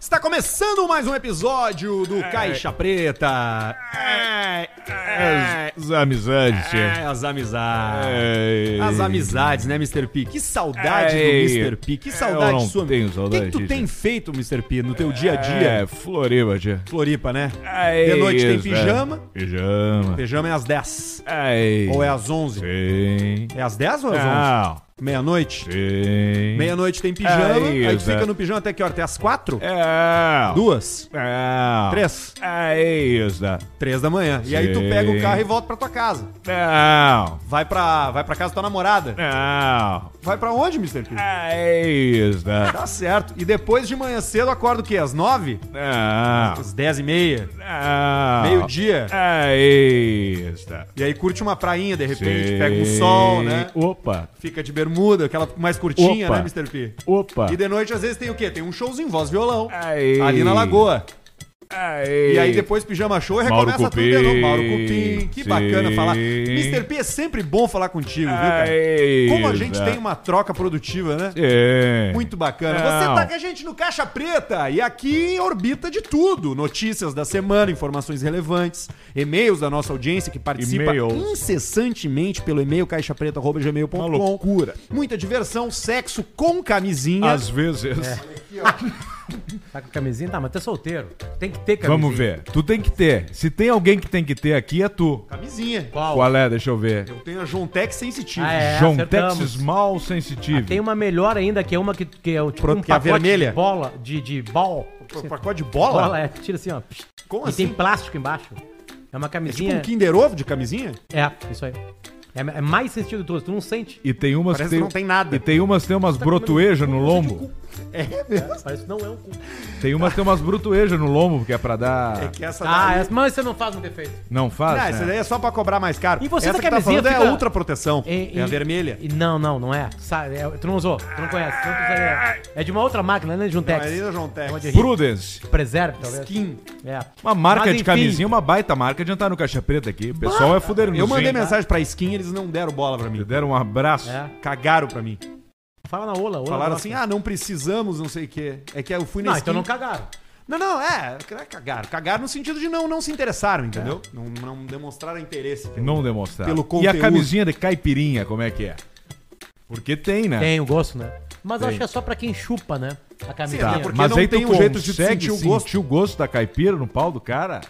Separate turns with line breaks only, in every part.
Está começando mais um episódio do
É.
Caixa Preta. É, é,
As amizades,
é, as amizades.
É.
As amizades, né, Mr. P? Que saudade
Ai.
do Mr. P. Que
Eu
saudade
não
sua.
tenho
O que, que
saudade
tu
disso.
tem feito, Mr. P, no teu dia a dia?
É, Floriba, tia.
Floripa, né?
É
De noite tem
isso,
pijama.
é. Pijama.
Pijama é às 10.
Ai.
Ou é às 11?
Sim.
É às 10 ou é às 11?
Não.
Meia-noite?
Sim.
Meia-noite tem pijama. aí
É
tu
isso,
fica
é.
no pijama até que hora? Até às 4?
É.
Duas?
É.
Três?
É isso.
Três da manhã. E aí tu
Sim.
pega o carro e volta pra tua casa.
Não.
Vai pra, vai pra casa da tua namorada.
Não.
Vai pra onde, Mr. P?
É isso.
Tá certo. E depois de manhã cedo acorda o quê? Às nove?
Não.
Às dez e meia?
Não.
Meio-dia?
É isso.
E aí curte uma prainha, de repente,
Sim.
pega um sol, né?
Opa.
Fica de bermuda, aquela mais curtinha,
Opa.
né, Mr. P?
Opa.
E de noite, às vezes, tem o quê? Tem um showzinho, voz e violão.
Aí.
Ali na lagoa.
Aí.
E aí depois pijama show e
Mauro
recomeça tudo
Cupim.
de novo. Mauro Cupim, que
Sim.
bacana falar. Mr. P é sempre bom falar contigo, viu, cara?
Aí,
Como a gente
Zé.
tem uma troca produtiva, né?
É.
Muito bacana. Você
Não.
tá com a gente no Caixa Preta e aqui orbita de tudo: notícias da semana, informações relevantes, e-mails da nossa audiência que participa
E-mails.
incessantemente pelo e-mail caixapreta.gmail.com.
Uma loucura.
Muita diversão, sexo com camisinha.
Às vezes.
Tá com camisinha? Tá, mas tu é solteiro. Tem que ter camisinha.
Vamos ver. Tu tem que ter. Se tem alguém que tem que ter aqui, é tu.
Camisinha.
Qual?
Qual é? Deixa eu ver.
Eu tenho a Jontex Sensitive.
Ah, é,
John
acertamos. Ah,
Texas Mal Sensitive.
Tem uma melhor ainda, que é uma que, que é o tipo
Pro-
um
que é a
pacote
vermelha?
de bola, de, de ball.
Pô, Pacote de bola?
Bola, é, tira assim, ó. psh,
Como
e
assim?
tem plástico embaixo. É uma
É tipo
camisinha.
um Kinder Ovo de camisinha?
É, isso aí. É, é mais sensitivo do que outro, tu não sente.
E tem umas
Parece que não tem nada.
E tem umas que tem umas brotuejas no lombo.
É mesmo.
Parece que não é um cu.
Tem umas que tem umas brotuejas no lombo, que é pra dar.
É que essa
Ah,
daí-
essa, mas você não faz muito efeito.
Não faz?
Não,
né?
essa daí é só pra cobrar mais caro.
E você
essa
da
que tá
camisinha
falando é a
fica-
ultra proteção. É, a vermelha.
e- não, não, não é. Sabe, é- tu não usou, tu não conhece. tu não precisa- é de uma outra máquina, né? De um Tex.
Marina Jontex.
Pode rir.
Prudence.
Preserve, talvez.
é Skin.
É.
Uma marca
Mas,
de
enfim,
camisinha, uma baita marca de entrar no caixa preta aqui. O pessoal é fuder
Eu mandei mensagem pra skin, eles não deram bola pra mim.
Deram um abraço.
É.
Cagaram pra mim.
Fala na Ola, Ola.
Falaram
nossa.
assim, ah, não precisamos, não sei o quê. É que eu fui na
Não,
skin.
então não cagaram.
Não, não, é, cagaram. Cagaram no sentido de não, não se interessaram, entendeu? Não, não demonstraram interesse. pelo-
Não demonstrar.
Pelo
e a
conteúdo.
camisinha de caipirinha, como é que é? Porque tem, né?
Tem o gosto, né? Mas
Tem.
acho que é só pra quem chupa, né? A
Sim,
camisinha.
até porque
Tá. Mas
não
aí tu
tem
tem
um jeito de
sentir
sentir o
o
gosto.
gosto da caipira no pau do cara?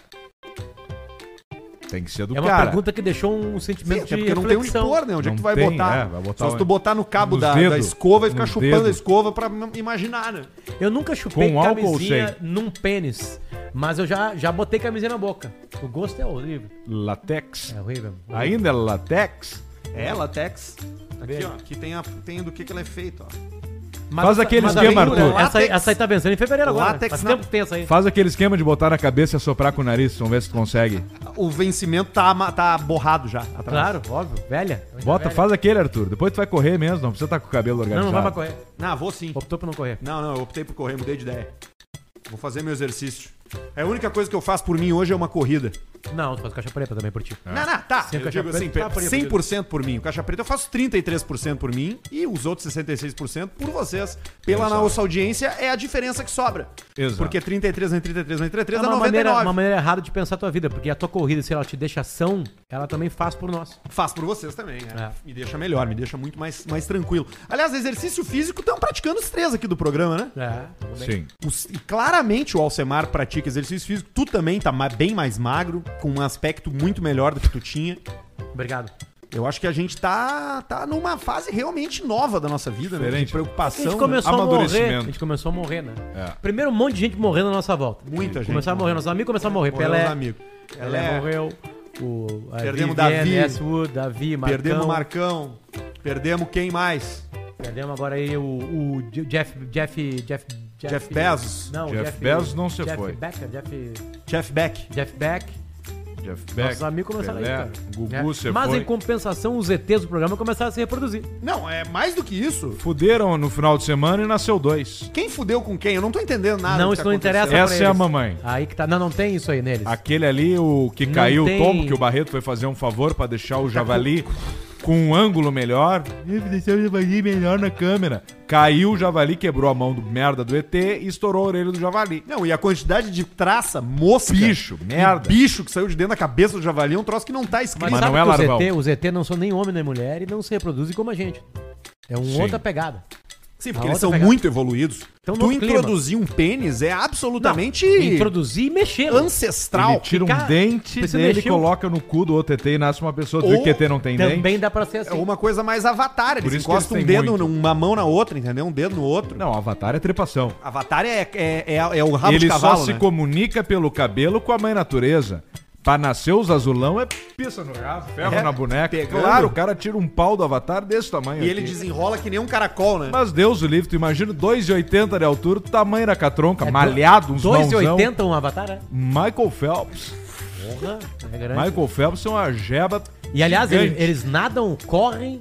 Tem que ser do
é uma
cara.
pergunta que deixou um sentimento
Sim, até
de
porque não tem onde
reflexão.
pôr, né? Onde é que tu vai
Não tem,
botar?
é, vai botar
Só se tu
onde?
botar no cabo
Nos
da,
dedos.
da escova e ficar
Nos
chupando a
dedos.
escova pra m- imaginar, né?
Eu nunca chupei
Com álcool ou
camisinha
sem?
num pênis, mas eu já, já botei camisinha na boca. O gosto é horrível.
Latex.
É horrível.
Ainda é latex?
É, latex. Aqui,
Tá
Bem.
ó. Aqui tem, a, tem do que, que ela é feita, ó.
Mas
Faz
essa-
aquele
mas
esquema,
essa-
Arthur.
Essa, aí-
Látex.
essa aí tá vencendo em fevereiro agora.
Látex
Né? Faz
na-
tempo que tem essa aí.
Faz aquele esquema de botar na cabeça e soprar com o nariz, vamos ver se tu consegue.
O vencimento tá, ama- tá borrado já atrás.
Claro, óbvio. Velha. Muito
Bota,
velha.
faz aquele, Arthur. Depois tu vai correr mesmo, não precisa estar com o cabelo
Não,
organizado.
não vai pra correr.
Não, Ah, vou sim.
Optou por não correr.
Não, não, eu optei por correr, mudei de ideia. Vou fazer meu exercício. É a única coisa que eu faço por mim hoje é uma corrida.
Não, tu faz caixa preta também por ti.
Não, não, tá.
Sim, o
eu
É. caixa
digo
preta
assim,
tá por aí,
100% por mim. O caixa preta eu faço 33% por mim e os outros 66% por vocês. Pela
Exato.
nossa audiência é a diferença que sobra.
Exato.
Porque 33 entre 33 entre 33
É
dá
uma
99.
maneira, uma maneira errada de pensar a tua vida, porque a tua corrida, se ela te deixa ação, ela também faz por nós.
Faz por vocês também,
É.
né? Me deixa melhor, me deixa muito mais, mais tranquilo. Aliás, exercício físico estão praticando os três aqui do programa, né?
É, tudo bem.
Sim.
Os- e claramente o Alcemar pratica exercício físico. Tu também tá ma- bem mais magro, com um aspecto muito melhor do que tu tinha.
Obrigado.
Eu acho que a gente tá, tá numa fase realmente nova da nossa vida, né? De
Diferente.
A gente
preocupação. né?
começou a morrer.
amadurecimento.
A gente começou a morrer, né?
É.
Primeiro um monte de gente morrendo na nossa volta.
né? Muita gente
Começaram a morrer, nossos amigos começaram a morrer.
Morreu
Pelé,
os amigos.
Pelé
Pelé,
morreu. O, a
Perdemos
Viviane,
Davi.
Westwood, Davi, Marcão.
perdemos o Marcão, perdemos quem mais?
Perdemos agora aí o, o Jeff, Jeff, Jeff,
Jeff Bezos.
Não,
Jeff Bezos não se
Jeff
foi.
Becker, Jeff,
Jeff Beck.
Jeff Beck.
Jeff
Nossos amigos começaram
Pelé,
a ir, cara. É.
Gugu, você
Mas
foi.
em compensação, os ETs do programa começaram a se reproduzir.
Não, é mais do que isso.
Fuderam no final de semana e nasceu dois.
Quem fudeu com quem? Eu não tô entendendo nada.
Não,
do que
isso
tá
não
acontecendo.
interessa. pra
Essa é a
eles.
mamãe.
Aí que tá. Não, não tem isso aí neles.
Aquele ali, o que
Não
caiu o
tem-
tombo, que o Barreto foi fazer um favor pra deixar o javali com um ângulo melhor. "Ih, Deixou o javali melhor na câmera. Caiu o javali, quebrou a mão do merda do ET e estourou a orelha do javali.
Não, e a quantidade de traça, mosca,
Bicho,
e
merda.
bicho que saiu de dentro da cabeça do javali é um troço que não tá
Mas,
escrito.
Mas
sabe
não é
que
larvão.
os ET, os ET não são nem homem nem mulher e não se reproduzem como a gente. É uma
Sim.
outra pegada.
Sim,
a
porque eles
outra
são
pegada.
muito evoluídos.
Então,
tu
no clima.
introduzir um pênis é absolutamente
Introduzir e mexer. né?
ancestral.
Ele tira um
Cara,
dente
precisa
dele,
mexer um-
coloca no cu do outro ET e nasce uma pessoa. Tu viu
Ou
que ET não tem dente?
Também dá pra ser assim.
É uma coisa mais avatar. Eles
Por isso que
encostam
eles
um
têm
dedo,
muito.
uma mão na outra, entendeu? Um dedo no outro.
Não, Avatar é trepação.
Avatar é, é, é, é o rabo
Ele
de cavalo,
só se
né?
comunica pelo cabelo com a mãe natureza. Pra nascer os azulão é pisa no rabo, ferro
É,
na boneca.
pegando.
Claro, o cara tira um pau do Avatar desse tamanho
E ele
aqui.
desenrola que nem um caracol, né?
Mas Deus o livre, tu imagina 2,80 de altura, o tamanho da
É
catronca,
É
malhado, uns 2,80?
2,80 um avatar, né?
Michael Phelps.
Porra, é grande.
Michael Phelps é uma jeba
E aliás, ele-
gigante.
eles nadam, correm.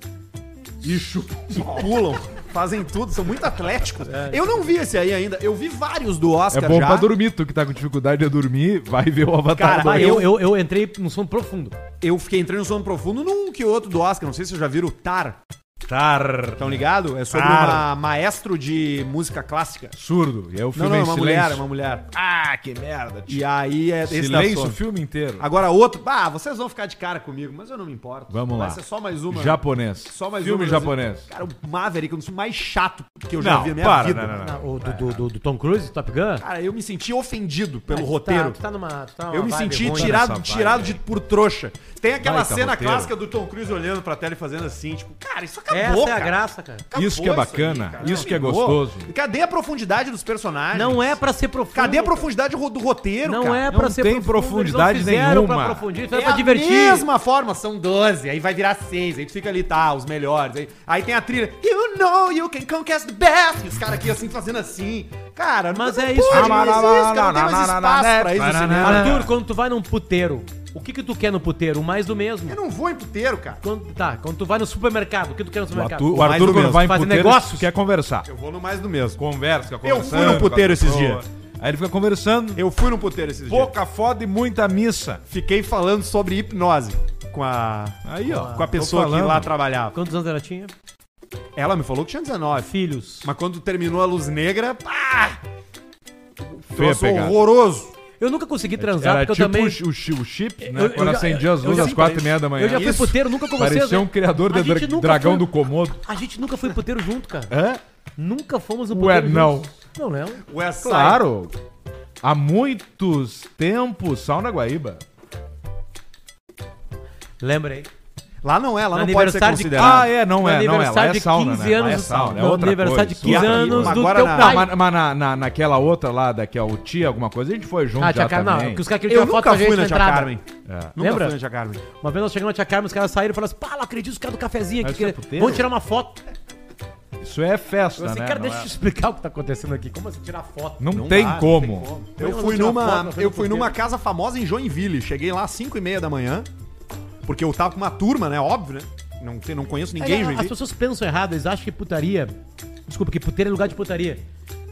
e chupa.
Pulam, fazem tudo, são muito atléticos. Eu não vi esse aí ainda. Eu vi vários do
É
Oscar
bom
já.
pra dormir, tu que tá com dificuldade de dormir, vai ver o
Cara,
Avatar dois.
Vai,
eu-
eu, eu, eu entrei num sono profundo.
Eu fiquei entrando no sono profundo num que outro do Oscar. Não sei se vocês já viram o Tar.
Tar.
Estão ligado? É sobre
Tar.
uma maestro de música clássica.
Surdo. E aí o
Não,
filme
não,
é
é
em
uma
silêncio.
mulher, é uma mulher.
Ah, que merda. tio.
E aí é esse dá
Silêncio o
sono.
filme inteiro.
Agora outro. Ah, vocês vão ficar de cara comigo, mas eu não me importo.
Vamos lá.
Vai ser só mais uma.
Japonês.
Só mais
filme
uma.
japonês.
Cara, o Maverick é um dos mais chato que eu já
Não,
vi na minha
para,
vida.
não, não, não.
Ah, o do, do- do- do Tom Cruise, Top Gun.
Cara, eu me senti ofendido pelo
Ah, tu tá-
roteiro.
tu tá numa- tu tá numa
Eu me
vibe
senti
ruim, né?
tirado,
nessa
tirado
vibe,
de, por trouxa. Tem aquela
Baita
cena
roteiro.
clássica do Tom Cruise olhando pra tela e fazendo assim, tipo, cara, isso acabou,
Essa é a
cara.
graça, cara.
Acabou
Isso que é bacana,
cara.
isso que é
Acabou.
gostoso.
Cadê a profundidade dos personagens?
Não é pra ser profundo.
Cadê a
cara.
profundidade ro- do roteiro,
Não
cara?
é
Não
pra ser
tem
eles
profundidade
não fizeram
nenhuma.
Pra profundir,
É
é pra
a
divertir.
mesma forma, são 12, aí vai virar 6, aí tu fica ali, tá, os melhores. Aí, aí tem a trilha, you know you can conquest the best, e os caras aqui assim, fazendo assim. Cara,
Mas
não
é isso.
pode mais isso, cara, não tem mais espaço pra isso assim. no cinema.
Arthur, quando tu vai num puteiro, o que que tu quer no puteiro? Mais do mesmo.
Eu não vou em puteiro, cara.
Quando, tá, quando tu vai no supermercado, o que tu quer no
O
supermercado?
Arthur, o
Mais
Arthur
do
quando
mesmo.
vai em
Fazer
puteiro,
negócios.
quer conversar.
Eu vou no mais do mesmo.
Conversa, fica
Eu fui num
com a
puteiro esses
pessoa.
dias.
Aí ele fica conversando.
Eu fui no puteiro esses dias.
Pouca foda e muita missa.
Fiquei falando sobre hipnose com a
Aí, ó.
com a pessoa que
tá-
lá trabalhava.
Quantos anos ela tinha?
Ela me falou que tinha 19.
Filhos.
Mas quando terminou a luz negra, pá!
Feia
Troço
pegada.
horroroso.
Eu nunca consegui transar,
Era tipo
porque eu também...
o, chi- o chi- o chip, né?
Eu- eu
quando
já-
acendia as
eu
luzes
já-
às quatro e meia da manhã.
Eu já fui
Isso.
puteiro nunca com vocês,
Parecia
né?
um criador
A
de
gente
dra-
nunca
dragão
foi-
do Komodo.
A gente nunca foi puteiro junto, cara.
Hã?
Nunca fomos no
Ué,
puteiro
não.
juntos. Não, é um- não.
West Side.
Claro. Há muitos tempos, Sauna Guaíba.
Lembra aí.
Lá não é, lá
No
não pode ser
aniversário de-
considerado.
Ah, é, não
No
é, não é. Lá
aniversário
é
de
sauna,
15
né? Lá é
anos-
sauna, é
no
outra
aniversário de
coisa, é
15
outra
anos
coisa.
Mas
do
agora
teu
na-
Não,
pai.
mas, mas na, na, naquela outra lá, da que é o tia, alguma coisa, a gente foi junto
Ah,
já
Tia Carmen, não,
também.
que os caras queriam
Eu
tirar foto com
nunca
a gente
fui
na
na Tia
entrada.
Carmen.
É.
Nunca
Lembra?
fui na Tia Carmen.
Uma vez nós chegamos na Tia Carmen, os caras saíram e falaram assim, pá, não acredito, os caras do cafezinho
Mas
aqui,
isso é
que-
puteiro?
vão tirar uma foto.
Isso é festa,
Eu assim,
né?
cara,
não
deixa eu
é-
te explicar o que tá acontecendo aqui. Como assim tirar foto?
Não,
Não
tem,
dá, não
como.
tem como.
Não,
Eu
não
fui
tinha foto,
numa,
não foi
eu
no
fui numa
puteiro.
casa famosa em Joinville. Cheguei lá às 5 e meia da manhã, porque eu tava com uma turma, né? Óbvio, né? Não, sei- não conheço ninguém em
É, as
Joinville.
pessoas pensam errado, eles acham que putaria. Desculpa, que puteiro é lugar de putaria.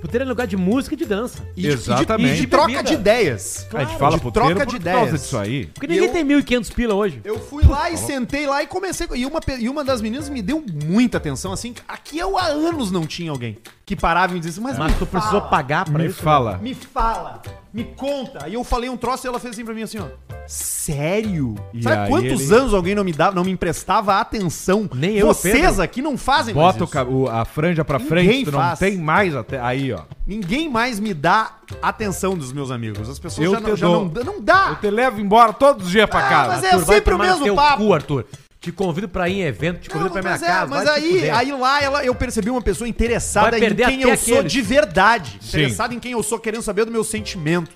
Puteiro é lugar de música e de dança.
E de- e de-
Exatamente.
E de,
E de
troca
bebida.
de ideias.
A gente fala
de
puteiro
troca
por
de
causa
ideias.
disso aí.
Porque ninguém
eu-
tem 1.500 pila hoje.
Eu fui lá e sentei lá e comecei. E uma, pe- e uma das meninas me deu muita atenção, assim. Aqui eu há anos não tinha alguém que parava e me dizia assim, mas,
Mas
me
tu precisou
fala,
pagar pra
Me
isso. né?
fala.
Me fala, me conta. Aí eu falei um troço e ela fez assim pra mim assim, ó. Sério?
E
Sabe
aí
quantos
ele-
anos alguém não me dava, não me emprestava atenção?
Nem eu,
Vocês
Pedro.
aqui não fazem
Bota o
isso.
ca- o- a franja pra
Ninguém
frente, tu não
faz.
tem mais até. Aí, ó.
Ninguém mais me dá atenção dos meus amigos. As pessoas
Eu
já, não,
te
já
dou.
não, dá- não dá.
Eu te levo embora todos os dias pra
Ah,
casa.
mas é
Arthur, vai
sempre o
tomar no
mesmo
teu
papo.
Cu, Arthur. Te convido pra ir em evento, te convido
Não,
pra minha
mas é,
casa.
mas
vai te
aí,
fuder.
aí lá ela, eu percebi uma pessoa interessada
Vai
em
perder
quem eu
até
sou
aqueles.
de verdade.
Sim.
Interessada em quem eu sou, querendo saber do meu sentimento.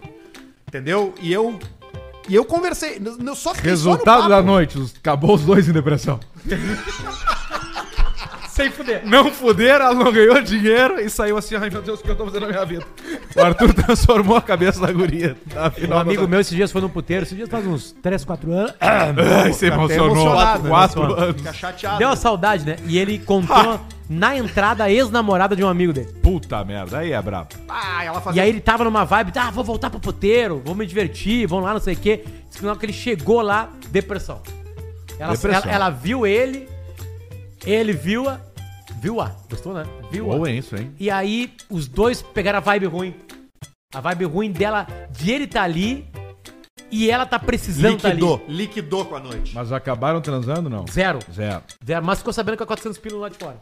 Entendeu? E eu. E eu conversei. n- Eu só fiquei só no
Resultado da
papo.
noite, os- acabou os dois em depressão.
Sem fuder.
Não fuderam, ela não ganhou dinheiro e saiu assim, ai meu Deus, o que eu tô fazendo na minha vida? O Arthur transformou a cabeça da guria. Tá?
Um
é-
amigo meu esses dias foi num puteiro, esses dias faz uns 3, 4 anos.
Ai, se emocionou.
Tá emocionado,
quatro
né?
anos.
Fica chateado.
Deu uma saudade, né? E ele contou na entrada a ex-namorada de um amigo dele.
Puta merda, aí é brabo.
Ah, ela
E
fazia.
aí ele tava numa vibe, ah, vou voltar pro puteiro, vou me divertir, vamos lá, não sei o quê. Diz que na hora que ele chegou lá, depressão. Ela,
Depressão.
ela- ela viu ele, Ele viu-a. Viu-a. Gostou, né? Viu-a.
Ou é isso, hein?
E aí os dois pegaram a vibe ruim. A vibe ruim dela, de ele tá ali e ela tá precisando tá ali.
Liquidou.
Liquidou com a noite.
Mas acabaram transando, não?
Zero.
Zero.
Zero. Mas ficou sabendo que é 400 pila lá de fora.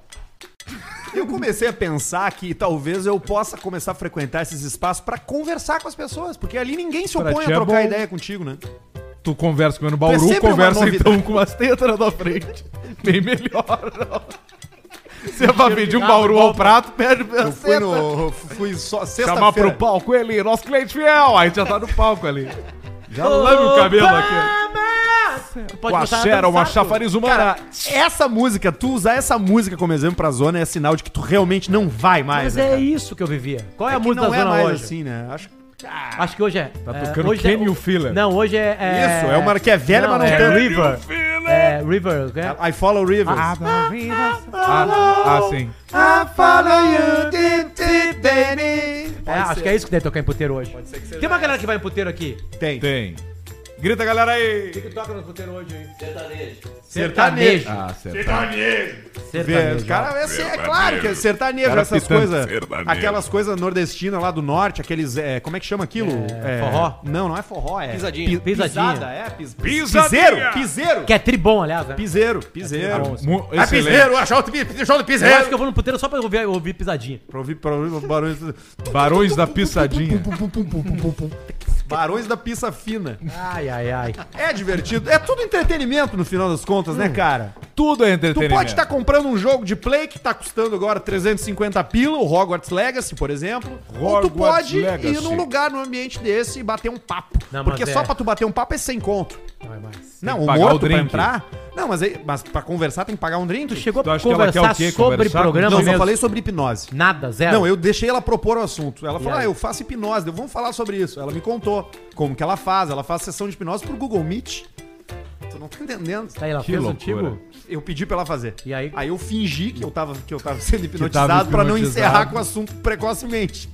Eu comecei a pensar que talvez eu possa começar a frequentar esses espaços pra conversar com as pessoas, porque ali ninguém se
Pra
opõe
ti
a
é
trocar
bom.
ideia contigo, né?
Tu conversa comendo
É
Bauru,
sempre uma
conversa
novidade.
então com as tetas na tua frente. Bem melhor, não. Se é pra pedir um Bauru ao prato, pede pra
Eu fui no. Fui só
Chamar pro
sexta-feira.
palco ele, nosso cliente fiel. Aí já tá no palco ali. Já lambe o
Opa!
cabelo aqui.
Tu Pode
Com a
começar a
Xera, uma
dançar, pô.
chafariz humana.
Cara, essa música, tu usar essa música como exemplo pra zona é sinal de que tu realmente não vai mais.
Mas
né,
é
cara?
isso que eu vivia. Qual é, a
que
música
não
da
é
zona
mais
hoje?
assim, né? Acho que.
Acho que hoje é. Tá
tocando Can You Feel It?
Não, hoje é,
Isso, é uma que é velha, mas não
é
tem-
River. É River. é-
I follow rivers.
Ah, ah, sim.
I follow you, did, did, baby.
É, acho que é isso que deve tocar em puteiro hoje. Tem uma galera que vai em puteiro aqui.
Tem.
Tem. Grita, galera aí.
que toca no puteiro hoje aí?
Sertanejo.
Sertanejo.
Ah, certo.
Vê, os
Sertanejo.
cara, é, ser- é claro que é sertanejo,
Cara
essas
pitando.
coisas.
Sertanejo.
Aquelas coisas nordestinas lá do norte, aqueles. é, como é que chama aquilo?
É,
É,
forró?
Não, não é forró, é.
Pisadinha.
pi-
Pisadinha.
Pisada, é. Pis,
Pisadinha.
piseiro, piseiro.
Que é tribom, aliás, né?
Piseiro, piseiro.
Mu-
Ah,
excelente.
piseiro, show do
Eu acho que eu vou no puteiro só pra ouvir, ouvir pisadinha.
Pra ouvir, pra ouvir barulhos.
Barões da Pissadinha.
Barões da pizza fina.
Ai, ai, ai.
É divertido. É tudo entretenimento no final das contas,
Hum.
né, cara?
Tudo é
Tu
entretenimento.
pode estar comprando um jogo de play que tá custando agora 350 pila, o Hogwarts Legacy, por exemplo. ou tu
Hogwarts
pode ir
Legacy.
num lugar, num ambiente desse e bater um papo.
Não, mas
Porque
é.
só pra tu bater um papo é sem conto.
Não é mais.
Não, o
pagar
morto
o drink.
pra entrar... Não, mas, aí- mas pra conversar tem que pagar um drink?
Tu chegou
Tu
a
acha que ela quer
conversar
o quê?
sobre
Conversar com-
programa
Não, eu
mesmo?
só falei sobre hipnose.
Nada, zero.
Não, eu deixei ela propor o assunto. Ela falou,
aí?
ah, eu faço hipnose, eu- vamos falar sobre isso. Ela me contou como que ela faz. Ela faz sessão de hipnose pro Google Meet. Tu não tá entendendo.
Tá aí, ela
Que
fez
loucura.
contigo?
Eu pedi pra ela fazer.
E aí?
eu fingi que eu tava, que eu tava sendo
tava
hipnotizado, pra não
hipnotizado. É.
encerrar com o assunto precocemente.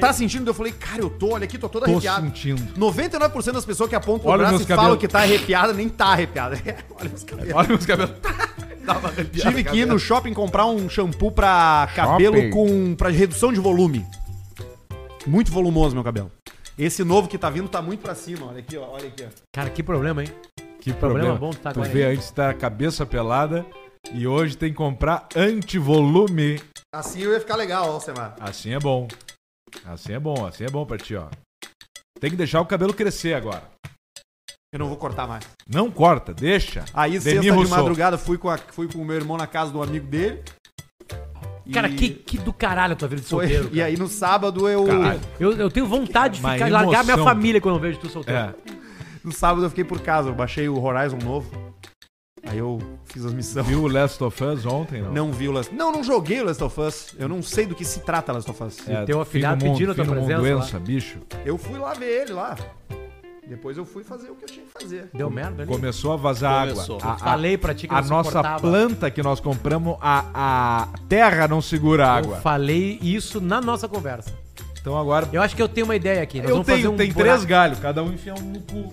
Tá sentindo? Eu falei, cara, eu tô, olha aqui, tô todo
Tô
arrepiado.
sentindo.
99% das pessoas que apontam
Olha
o braço
meus
e falam
cabelos.
que tá arrepiada, nem tá arrepiada. olha os cabelos.
Olha meus cabelos.
Tive que ir no shopping comprar um shampoo pra cabelo
Shopping.
com. pra redução de volume. Muito volumoso meu cabelo. Esse novo que tá vindo tá muito pra cima, olha aqui, ó, olha aqui. ó.
Cara, que problema, hein?
Que
Problema
problema.
bom tu tá
tu
agora
vê
aí.
antes tá a cabeça pelada e hoje tem que comprar antivolume.
Assim eu ia ficar legal, ó, Semar.
Assim é bom. Assim é bom, assim é bom pra ti, ó. Tem que deixar o cabelo crescer agora.
Eu não vou cortar mais.
Não corta, deixa.
Aí,
Demi
sexta de
Rousseau.
madrugada, fui com, a- fui com o meu irmão na casa do amigo dele. E
Cara, que, que do caralho a tua vida de
foi-
solteiro.
E
cara.
aí, no sábado, eu.
Caralho.
Eu, eu tenho vontade de
Uma
ficar, largar minha
emoção.
família quando eu vejo tu solteiro.
É.
No sábado, eu fiquei por casa. Eu baixei o Horizon novo. Aí, eu fiz as missões.
Viu o Last of Us ontem, não?
Não vi o Last... Não, não joguei o Last of Us. Eu não sei do que se trata Last of Us.
É,
Teu
fim
afilhado
do mundo,
pedindo a
fim
tua
do mundo,
presença
doença, bicho.
Eu fui lá ver ele lá. Depois eu fui fazer o que eu tinha que fazer.
Deu merda, né?
Começou a vazar
Começou.
água. A- a-
Falei pra ti que
a
não
nossa
suportava.
planta que nós compramos, a, a terra não segura
Eu
água.
falei isso na nossa conversa.
Então agora.
Eu acho que eu tenho uma ideia aqui. Nós
Eu
vamos fazer
tenho,
um
tem
buraco.
três galhos, cada um enfia um no cu.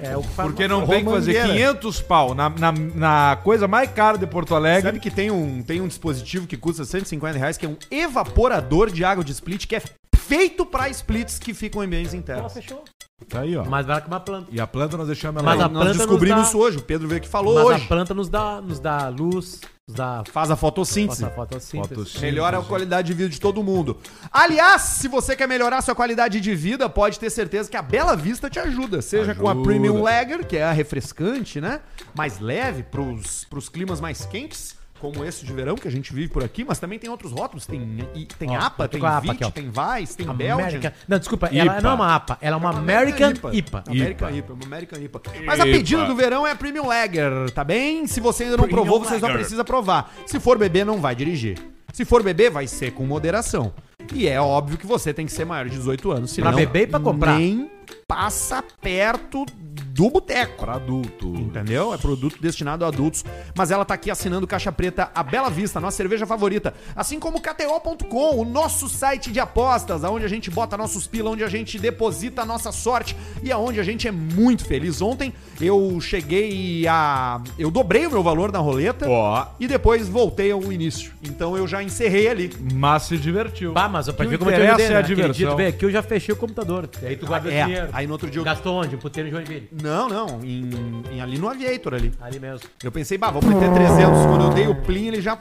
É, o que faz
Porque
uma-
não tem que fazer
romangueira.
500 pau na, na, na coisa mais cara de Porto Alegre.
Sabe que tem um, tem um dispositivo que custa 150 reais, que é um evaporador de água de split, que é feito pra splits que ficam em ambientes internos.
fechou.
Tá aí, ó.
Mais barato que uma planta.
E a planta nós deixamos ela
Mas
aí.
a- planta
Nós
nos
descobrimos
dá-
isso hoje, o Pedro veio que falou
Mas
hoje.
a planta nos dá, nos dá luz, nos dá
Faz a fotossíntese.
nossa fotossíntese.
Fotossíntese.
Melhora a qualidade de vida de todo mundo. Aliás, se você quer melhorar sua qualidade de vida, pode ter certeza que a Bela Vista te ajuda. Seja com a
Ajuda.
Premium Lager, que é a refrescante, né? Mais leve pros, pros climas mais quentes, como esse de verão que a gente vive por aqui. Mas também tem outros rótulos. Tem, e- tem
Ó,
APA,
eu tô
tem
com a APA
VIT,
aqui, ó.
tem Vice, tem Belgian.
É América. Não, desculpa, ela
IPA.
não é uma APA, ela é uma American IPA.
American IPA, uma American IPA. Mas a pedida do verão é a Premium Lager, tá bem? Se você ainda não
Premium
provou, você só
Lager.
precisa provar. Se for beber, não vai dirigir. Se for beber, vai ser com moderação. E é óbvio que você tem que ser maior de 18 anos, senão
beber e pra comprar.
nem passa perto do boteco.
Pra adulto.
Entendeu? É produto destinado a adultos. Mas ela tá aqui assinando Caixa Preta a Bela Vista, nossa cerveja favorita. Assim como KTO.com, o nosso site de apostas, aonde a gente bota nossos pila, onde a gente deposita a nossa sorte e aonde a gente é muito feliz. Ontem eu cheguei a. Eu dobrei o meu valor na roleta
Ó,
e depois voltei ao início. Então eu já encerrei ali.
mas se divertiu.
Pá, mas pra
Que
ver
o
como eu te
interessa
ajudei,
é a
né? Aquele dia
diversão.
tu veio aqui, eu já fechei o computador. E aí tu guarda
É,
o dinheiro.
aí no outro dia eu-
Gastou onde? Um puteiro em Joinville.
Não, não, em, em- ali no Aviator ali.
Ali mesmo.
Eu pensei, bah, vou meter 300. Quando eu dei o plim, ele já.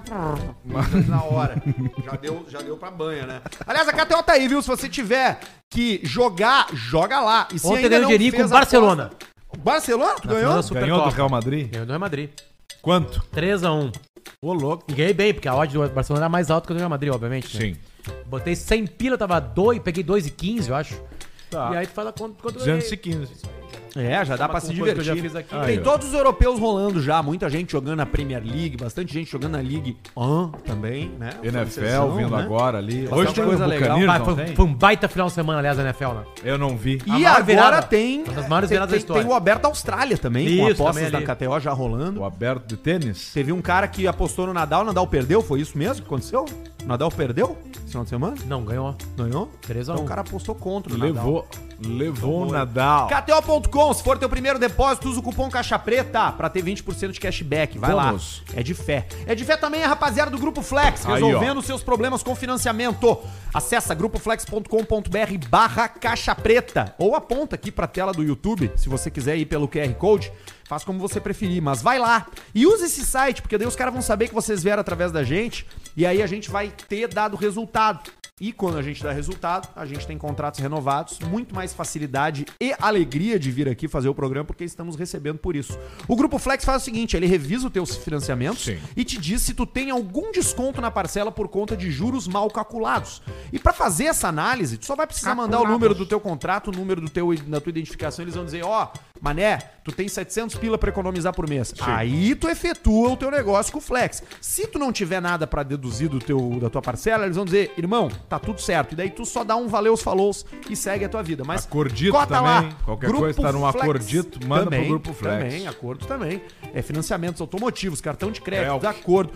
Na hora. Já deu, já deu pra banha, né? Aliás, a KTO tá aí, viu? Se você tiver que jogar, joga lá. E se
Ontem
ainda
ganhou
não
dinheirinho com
fez
o
a
Barcelona.
aposta- O Barcelona? Tu ganhou?
final da
Ganhou do
Supercopa.
Real Madrid?
Ganhou do Real Madrid.
Quanto?
3x1.
Ô, louco.
E ganhei bem, porque a odd do Barcelona era mais alta que a do Real Madrid, obviamente. né?
Sim.
Botei 100 pila, tava 2, peguei 2,15, eu acho.
Tá.
E aí tu faz a conta quanto eu ganhei.
215.
É, já dá pra se
Uma coisa que eu já
divertir.
fiz aqui.
Tem
ó.
todos os europeus rolando já, muita gente jogando na Premier League, bastante gente jogando na League 1 também, né?
NFL
Seleção,
vindo
né?
agora ali.
Bastante coisa legal.
Buccaneers,
Bah,
não
foi,
tem?
foi um baita final de semana, aliás, da NFL, né?
Eu não vi.
E
maior
agora
virada.
tem.
Uma das maiores
tem,
viradas da
tem-
história.
tem o Aberto Austrália também, com
Isso,
apostas
também
da
ali.
KTO já rolando.
O aberto de tênis?
Teve um cara que apostou no Nadal, o Nadal perdeu, foi isso mesmo que aconteceu? O Nadal perdeu esse final de semana?
Não, ganhou.
Ganhou?
3 a 1.
Então o cara apostou contra o Nadal.
Levou.
Então
Levou o Nadal.
KTO.com, se for teu primeiro depósito, usa o cupom Caixa Preta pra ter 20% de cashback. Vai
Vamos.
lá. É de fé. É de fé também é a rapaziada do Grupo Flex,
Aí,
resolvendo os seus problemas com financiamento. Acessa grupoflex.com.br barra Caixa Preta ou aponta aqui pra tela do YouTube, se você quiser ir pelo QR Code. Faz como você preferir, mas vai lá e usa esse site, porque daí os caras vão saber que vocês vieram através da gente e aí a gente vai ter dado resultado. E quando a gente dá resultado, a gente tem contratos renovados, muito mais facilidade e alegria de vir aqui fazer o programa, porque estamos recebendo por isso. O Grupo Flex faz o seguinte: ele revisa os teus financiamentos
Sim.
e te diz se tu tem algum desconto na parcela por conta de juros mal calculados. E pra fazer essa análise, tu só vai precisar mandar o número do teu contrato, o número do teu, da tua identificação, eles vão dizer, ó, mané, tu tem 700 pila pra economizar por mês. Aí tu efetua o teu negócio com o Flex. Se tu não tiver nada pra deduzir do teu, da tua parcela, eles vão dizer, irmão, tá tudo certo. E daí tu só dá um valeu os falous e segue a tua vida. Mas
Acordito
cota
também.
lá,
Qualquer coisa, tá num acordito, manda pro Grupo Flex.
Também, acordo também. É financiamentos automotivos, cartão de crédito,
Elf.
da acordo.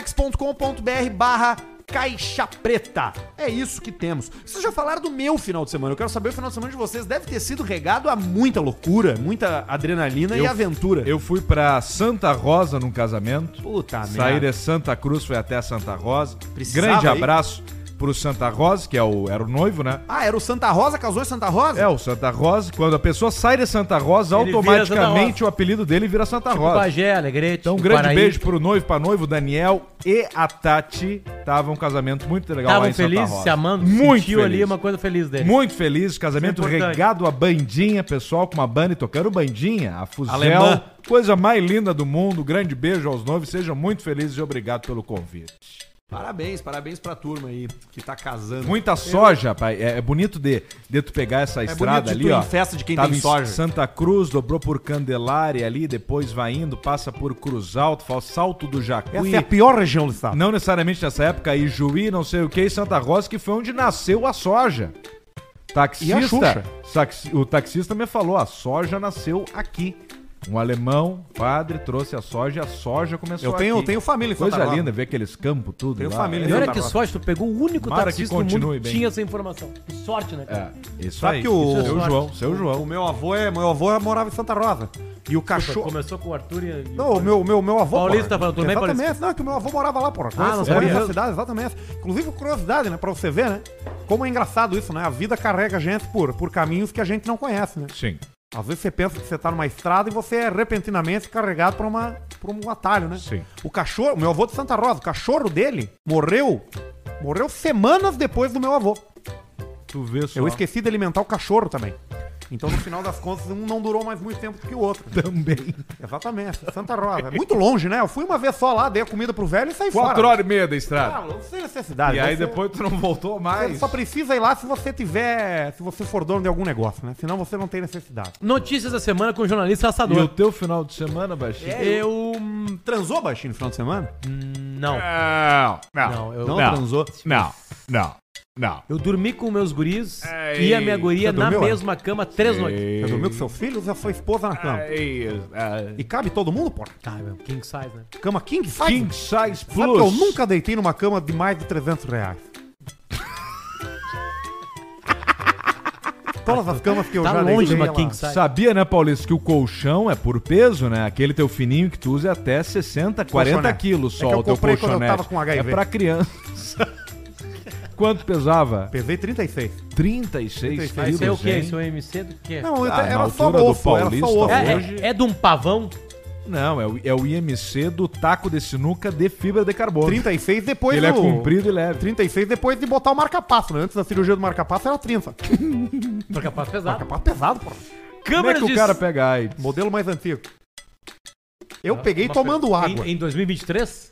Grupoflex.com.br barra Caixa Preta. É isso que temos. Vocês já falaram do meu final de semana. Eu quero saber o final de semana de vocês. Deve ter sido regado a muita loucura, muita adrenalina e
Eu-
aventura.
Eu fui pra Santa Rosa num casamento.
Puta
Saí de Santa Cruz, fui até Santa Rosa.
Precisava
Grande
ir?
abraço pro Santa Rosa, que é o, era o noivo, né?
Ah, era o Santa Rosa? Casou em Santa Rosa?
É, o Santa Rosa. Quando a pessoa sai de Santa Rosa,
Ele vira Santa
automaticamente
Rosa.
o apelido dele vira Santa
Tipo
Rosa.
Bagé, Alegrete.
Então, um grande beijo pro noivo, pra noivo, Daniel e a Tati. Tava um casamento muito legal lá
Estavam
em Santa Rosa.
felizes, se amando,
muito
sentiu ali
feliz.
uma coisa feliz dele.
Muito feliz, casamento
Isso é importante.
regado a bandinha, pessoal, com uma banda e tocando bandinha, a Fuzel.
Alemã.
Coisa mais linda do mundo. Grande beijo aos noivos, sejam muito felizes e obrigado pelo convite.
Parabéns, parabéns pra turma aí que tá casando.
Muita soja, pai. É, é bonito de, de tu pegar essa estrada
É bonito de
ali,
tu ir
ó.
em festa de quem
Tava
tem
em
soja.
Santa Cruz, dobrou por Candelária ali, depois vai indo, passa por Cruz Alto, faz Salto do Jacuí.
é pior região do estado.
Não necessariamente nessa época, aí Juí, não sei o que, e Santa Rosa, que foi onde nasceu a soja.
E a Xuxa?
Taxista, saxi- o taxista me falou, a soja nasceu aqui. Um alemão, padre, trouxe a soja e a soja começou
Eu tenho,
aqui.
tenho família em
Coisa
Santa Rosa.
linda, ver aqueles campos, tudo
Tenho
lá.
família
E olha
Santa
que
Rosa.
sorte, tu pegou o único
é um Tomara
taxista
que
do mundo
continue
que
bem.
tinha essa informação. Que sorte, né? cara?
É, isso
Sabe
aí.
que o-
Seu João, seu
O
João.
meu avô é, meu avô morava em Santa Rosa. E o
É.
cachorro.
Começou com o Arthur e... e-
Não, o meu, meu, meu avô.
Paulista tá
porra.
falando, tudo bem,
Exatamente,
Paulista? Ah,
não, é que o meu avô morava lá, porra.
não
Conheço,
sabia.
conheço a cidade, exatamente. Inclusive, curiosidade, né, pra você ver, né? Como é engraçado isso, né? A vida carrega a gente por, por caminhos que a gente não conhece, né?
Sim.
Às vezes você pensa que você tá numa estrada e você é repentinamente carregado pra, uma, pra um atalho, né?
Sim.
O cachorro, o meu avô de Santa Rosa, o cachorro dele morreu, morreu semanas depois do meu avô.
Tu vê só.
Eu esqueci de alimentar o cachorro também. Então, no final das contas, um não durou mais muito tempo do que o outro.
também.
Exatamente, Santa Rosa. É muito longe, né? Eu fui uma vez só lá, dei a comida pro velho e saí
Quatro
fora.
horas e meia da
Ah,
estrada.
não sem necessidade.
e aí
Você-
depois é tu não voltou
Você
mais.
é só precisa ir lá se você tiver. Se você for dono de algum negócio, né? Senão você não tem necessidade.
Notícias da semana com o
E
jornalista
o
Assador.
teu final de semana, Baixinho?
É
Eu... hum,
Transou, baixinho, no final de semana?
Não,
Não,
não, eu...
Não, transou.
Não, não. Não.
Eu dormi com meus guris
Ei,
e a minha guria
você
na
dormiu, é?
mesma cama três noites.
Você dormiu com seu filho e a sua esposa na
é Ah,
cama. E cabe todo mundo, porra?
Tá, meu, king size, né?
Tá
Cama king size?
King Size Plus.
Sabe que eu nunca deitei numa cama de mais de 300 reais. Todas as camas que eu
Tá
já
longe
deitei,
uma
ela-
king size.
Sabia, né, Paulista, que o colchão é por peso, né? Aquele teu fininho que tu usa é até 60, 40
Colchonete.
quilos
É
só
que eu
o teu
comprei quando eu
colchonete.
tava com HIV.
É pra criança. Quanto pesava?
Pesei 36.
36
Mas
quilos,
Isso é o quê?
hein?
Isso é o MC do quê?
Não,
Ah, na
era só
altura do
ovo, era
Paulista,
só ovo.
é,
hoje-
é, é de um pavão?
Não, é o, é o IMC do taco de sinuca de fibra de carbono.
36 depois
Ele é
do-
comprido e leve.
36 depois de botar o marca-passo, né? Antes da cirurgia do marca-passo era 30.
Porque é pavão pesado.
Marca-passo pesado, porra.
Como é que o cara pega AIDS?
Modelo mais antigo. Eu
Ah,
peguei
uma
tomando
per-
água.
Em, em 2023?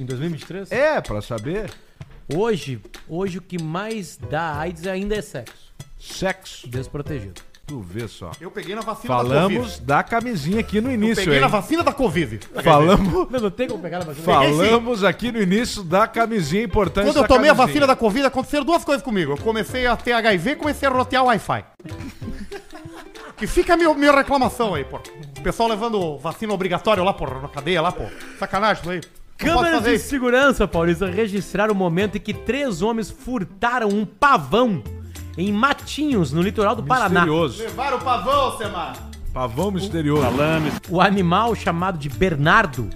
em 2023?
É, pra saber,
Hoje, hoje o que mais dá AIDS ainda é sexo.
sexo.
Desprotegido.
Tu vê só.
Eu peguei na vacina
Falamos da camisinha aqui no
Eu
início,
peguei
hein?
na vacina da Covid.
Falamos,
Não, não tem como pegar na vacina.
falamos aqui no início da camisinha importante.
Quando eu tomei a vacina da Covid, aconteceram duas coisas comigo. Eu comecei a ter HIV e comecei a rotear o Wi-Fi. que fica a minha, minha reclamação aí, pô. O pessoal levando vacina obrigatória lá, porra, na cadeia lá, pô. Sacanagem isso aí. Não pode
Câmeras
fazer
de
isso.
segurança, Paulista, registraram o momento em que três homens furtaram um pavão em Matinhos, no litoral do Paraná.
Misterioso.
Levaram o pavão, Semar.
Pavão misterioso.
O animal chamado de Bernardo.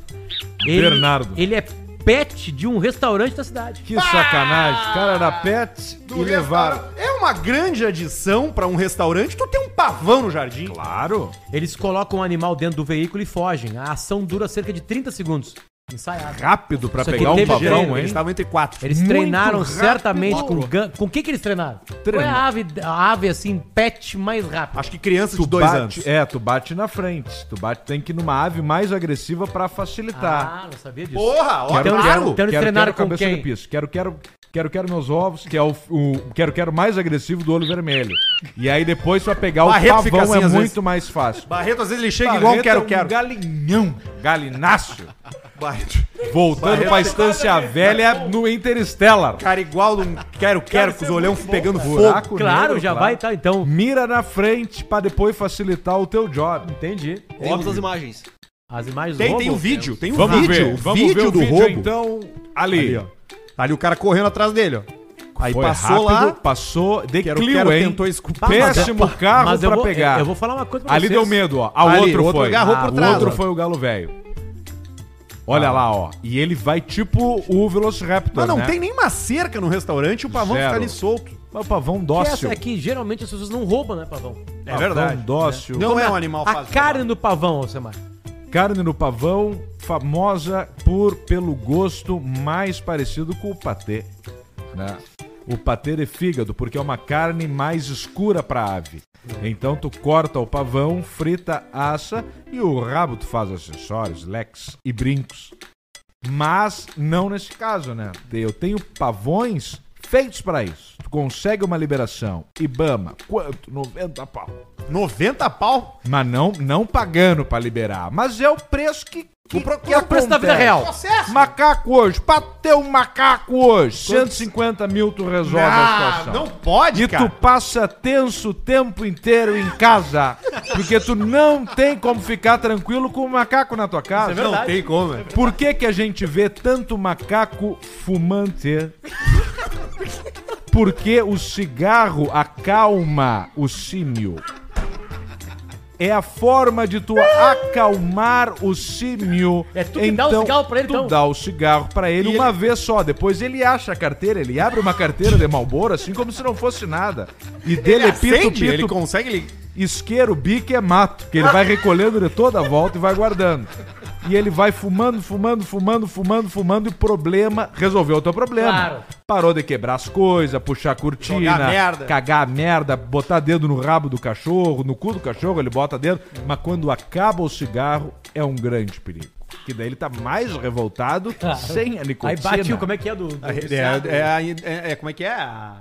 Bernardo.
Ele é pet de um restaurante da cidade.
Que sacanagem. O cara era pet e levaram.
É uma grande adição pra um restaurante tu ter um pavão no jardim.
Claro.
Eles colocam o animal dentro do veículo e fogem. A ação dura cerca de 30 segundos. Ensaiado.
Rápido pra
Isso aqui
pegar um
teve tá
pavão,
treino,
hein?
Eles estavam entre quatro.
Eles
Muito
treinaram
rápido.
certamente com gan... Com o que, que eles treinaram? Qual é
Treina-
a ave, a ave assim, pet mais rápida?
Acho que crianças
Tu
de dois
bate,
anos.
É, tu bate na frente. Tu bate, tem que ir numa ave mais agressiva pra facilitar.
Ah, não sabia disso.
Porra, ó,
Então,
claro.
então eles treinaram com
cabeça
quem?
de piso. Quero, quero, quero, quero meus ovos, que é o, o quero, quero mais agressivo do olho vermelho. E aí depois pra pegar
Barreto
o
fica
pavão
assim,
é
às
muito
vezes.
mais fácil.
Barreto, às vezes ele chega igual um
é. Barreto é
quero, quero.
um galinhão, galinácio.
Barreto.
Voltando
Barreto
pra
é
Estância Velha no Interstellar.
Cara igual um quero, quero, com os olhão pegando fogo.
Buraco
Claro,
negro,
já vai, tá? Então.
Mira na frente pra depois facilitar o teu job.
Entendi.
Óbvio as imagens.
As imagens
Tem,
roubo?
tem um vídeo, tem um
Vamos
vídeo,
ver,
o
vamos
vídeo
ver o
do
vídeo,
roubo.
então, ali.
Ali, ó. Ali o cara correndo atrás dele, ó. Aí
Foi
passou
rápido,
lá,
passou,
quero,
decliu,
quero,
hein?
tentou escupar.
Péssimo é um carro
Tá, Mas eu
pra
vou, é,
pegar.
Eu, eu vou falar uma coisa pra
Ali
vocês.
deu medo, ó. Ah, o
Ali,
outro,
o outro
foi.
agarrou
Ah,
por
O
trás,
outro
ó.
foi o galo velho. Olha
Ah.
lá, ó. E ele vai tipo o Velociraptor,
Mas não
né?
tem nenhuma cerca no restaurante, o pavão
Zero.
fica ali solto.
Mas o pavão
Que
dócil.
essa é que geralmente as pessoas não roubam, né, pavão?
É verdade.
Pavão dócil.
Não é um animal
A carne do pavão, Alcemar.
Carne no pavão, famosa por pelo gosto mais parecido com o patê. Né? O patê de fígado, porque é uma carne mais escura pra ave. Então tu corta o pavão, frita, assa e o rabo tu faz acessórios, leques e brincos. Mas não nesse caso, né? Eu tenho pavões feitos pra isso. Tu consegue uma liberação. Ibama, quanto? 90 pau.
90 pau.
Mas não, não pagando pra liberar. Mas é o preço que. que
O pro-
que
é o
preço da vida
acontece.
real.
Processo.
Macaco hoje, pra ter um macaco hoje, 150 mil tu resolve a
Ah,
situação.
não pode,
E tu
cara.
passa tenso o tempo inteiro em casa, porque tu não tem como ficar tranquilo com o macaco na tua casa.
Não tem como. né?
Por que que a gente vê tanto macaco fumante? Porque o cigarro acalma o símio. É a forma de tu acalmar o símio.
É tu que dá o cigarro pra ele,
tu
então?
dá o cigarro pra ele uma vez só. Depois ele acha a carteira, ele abre uma carteira de Malboro, assim como se não fosse nada. E dele é pito,
Acende,
pito,
ele consegue... Ele...
isqueiro, bico é mato, que ele vai recolhendo de toda a volta e vai guardando. E ele vai fumando, fumando, fumando, fumando, fumando, e o problema resolveu o teu problema.
Claro.
Parou de quebrar as coisas, puxar a cortina,
Jogar merda.
cagar a merda, botar dedo no rabo do cachorro, no cu do cachorro, ele bota dedo. Mas quando acaba o cigarro, é um grande perigo. Que daí ele tá mais revoltado
Claro.
sem a
Aí
nicotina.
batiu, como é que é do. do viciado?
É, é, é, é, como é que é? A-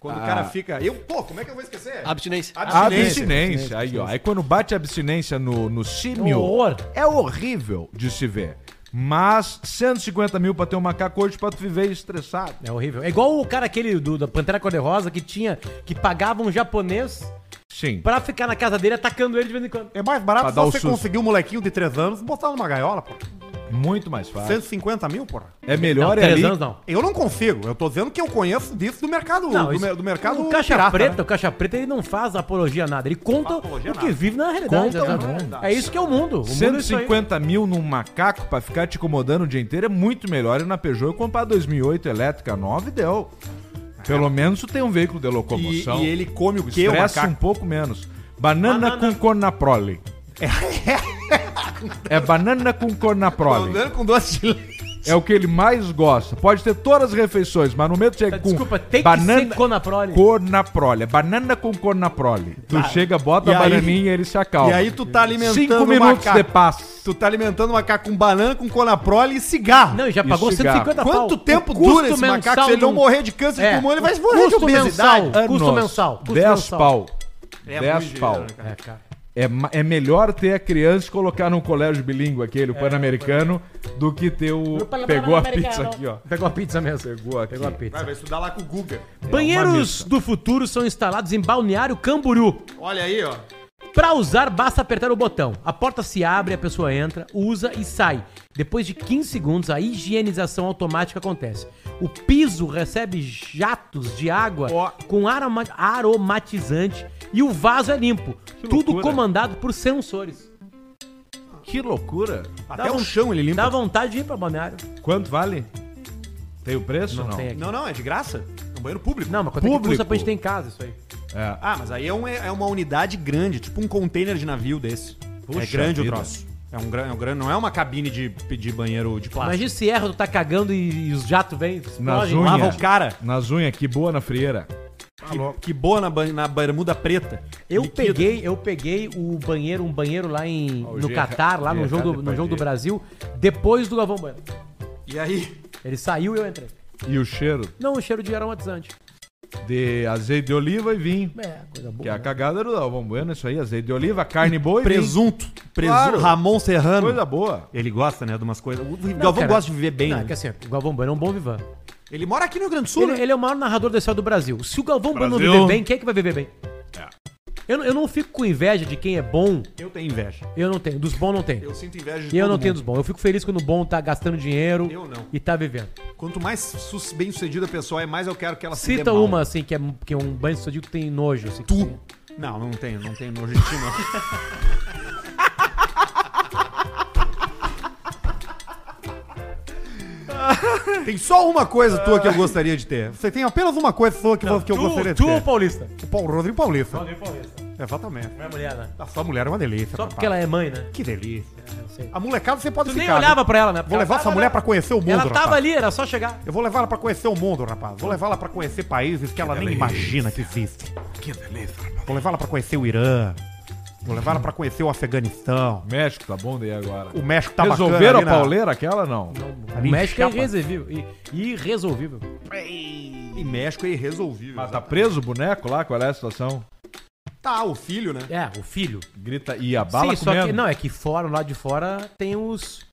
Quando o cara fica... Eu, pô, como é que eu vou esquecer?
Abstinência.
Abstinência. Aí, ó. Aí quando bate a abstinência no, no símio,
Horror.
é horrível de se ver. Mas 150 mil pra ter um macaco hoje pra tu viver estressado.
É horrível. É igual o cara aquele do, da Pantera Cor-de-Rosa que tinha, que pagava um japonês
Sim.
pra ficar na casa dele atacando ele de vez em quando.
É mais
Pra
barato
dar o
você
susto.
conseguir um molequinho de 3 anos e botar numa gaiola, pô.
Muito mais fácil.
150 mil, porra.
É melhor é
três
ali.
anos não.
Eu não consigo. Eu tô dizendo que eu conheço disso do mercado.
Não,
tipo do,
isso-
mer- do mercado.
o caixa
pirata,
preta,
né?
o caixa preta ele não faz apologia a nada, ele conta
Apologia
o que
nada.
vive na realidade.
Conta o
exato.
que é
é isso que é o mundo. O mundo é isso aí.
150 mil num macaco pra ficar te incomodando o dia inteiro é muito melhor. E na Peugeot eu comprar 2008 elétrica nova e deu. Pelo menos tu tem um veículo de
E,
locomoção.
e ele come o
O
quê, o
estresse um
macaco?
pouco menos. Banana, com cornaprole. É, banana com cornaprole.
Andando com doce de leite.
É o que ele mais gosta. Pode ter todas as refeições, mas no meio tu chega é com
Desculpa, tem
banana
que ser conaprole.
cornaprole. É banana com cornaprole. Tu chega, bota
e
a
aí-
bananinha e ele se acalma.
E aí tu tá alimentando
Cinco
o
minutos
macaco.
de paz.
Tu tá alimentando o macaco com banana, com conaprole e cigarro.
Não, ele já
E
pagou
cigarro.
150 pau.
Quanto tempo
O custo
dura esse macaco?
mensal
Se ele não
do-
morrer de câncer
É,
de pulmão, ele vai
o
morrer de
custo
obesidade.
mensal. Custo
Anos.
mensal, custo
10
mensal.
pau.
É
10
muito
pau.
dinheiro,
É, cara.
É, ma- é melhor ter a criança e colocar num colégio bilíngue
É,
aquele, o pan-americano, do que ter o. Pegou a pizza aqui, ó.
Pegou a pizza mesmo.
Pegou aqui.
Pegou a pizza.
Vai, É vai estudar lá com o Guga.
uma
Banheiros
missa.
do futuro são instalados em Balneário Camboriú.
Olha aí, ó.
Para usar, basta apertar o botão. A porta se abre, a pessoa entra, usa e sai. Depois de 15 segundos, a higienização automática acontece. O piso recebe jatos de água
Ó.
com aroma- aromatizante e o vaso é limpo. Tudo
loucura.
comandado por sensores.
Que loucura.
Até
Dá
o
von-
chão ele limpa.
Dá um- vontade de ir pra Balneário.
Quanto vale? Tem o preço? Não, não?
tem aqui.
Não, não, é de graça. É um banheiro público.
Não, mas quanto é que
Público.
custa pra gente ter em casa isso aí?
É.
Ah, mas aí é, um- é uma unidade grande, tipo um container de navio desse.
Puxa
é grande
vida.
o troço. É um, gran- é um grande, não é uma cabine de, de banheiro de plástico.
Imagina se erra, tu tá cagando e, e os jatos vêm,
Nas
explodem.
unhas.
Lava o cara.
Nas unhas, que boa na frieira.
Que, que boa na, ban- na bermuda preta.
Eu
Liquida.
peguei, eu peguei o banheiro, um banheiro lá em
Ó, o
no
Gerra-
Catar, lá no
Gerrard
jogo, do, no
Depardieu.
jogo do Brasil, depois do Galvão Bueno.
E aí?
Ele saiu e eu entrei.
E o cheiro
Não, o cheiro de aromatizante.
de azeite de oliva e vinho.
É, coisa boa.
Que é a
né?
cagada do Galvão Bueno, isso aí. Azeite de oliva, carne boa e vinho.
Presunto. Presunto.
Claro.
Ramon Serrano.
Coisa boa.
Ele gosta, né, de umas coisas. O
Não,
Galvão
cara,
gosta de viver bem.
Não,
né?
é que assim, o Galvão Bueno é um bom vivan.
Ele mora aqui no Rio Grande do Sul,
Ele,
né?
ele é o maior narrador da história do Brasil. Se o Galvão Bueno não
Brasil.
viver bem, quem é que vai viver bem? Eu, não- eu não fico com inveja de quem é bom,
Eu tenho inveja.
eu não tenho. Dos bons não tenho.
Eu sinto inveja de
E eu
todo
não
mundo.
tenho dos bons. Eu fico feliz quando o bom tá gastando dinheiro
Eu não.
e tá vivendo.
Quanto mais su- bem-sucedida a pessoa é, mais eu quero que ela se dê
Cita
mal. né?
uma, assim, que é, que é um banho de sucedido que tem nojo. Assim, que
Tu.
tem-
Não, não tenho, não tenho nojo de ti, não. Tem só uma coisa tua que eu gostaria de ter. Você tem apenas uma coisa sua que, vo- que eu gostaria de
tu,
ter.
tu paulista.
O Paulo Rodrigo Paulista.
Paulista.
Exatamente.
Não é mulher, né?
A sua mulher é uma delícia.
Só
rapaz.
porque ela é mãe, né?
Que delícia.
Eu sei.
A molecada você pode
Tu
ficar.
nem olhava pra ela, né? Porque
Vou levar
ela
essa
tava
mulher
ali-
pra conhecer o mundo,
Ela tava
rapaz.
ali, era só chegar.
Eu vou levar ela pra conhecer o mundo, rapaz. Vou levar ela pra conhecer países Hum. que ela nem imagina que existe.
Que delícia, rapaz.
Vou levar ela pra conhecer o Irã. Vou levar ela pra conhecer o Afeganistão.
México tá bom daí agora.
O México tá
Resolveram
bacana.
a
ali na-
pauleira aquela não?
A
O
minha
México é
chapa.
irresolvível. i- Irresolvível.
E México é irresolvível.
Mas tá preso o boneco lá? Qual é a situação?
Tá, o filho, né?
É, o filho.
Grita e a bala comendo.
que. Não, é que fora, lá de fora, tem os.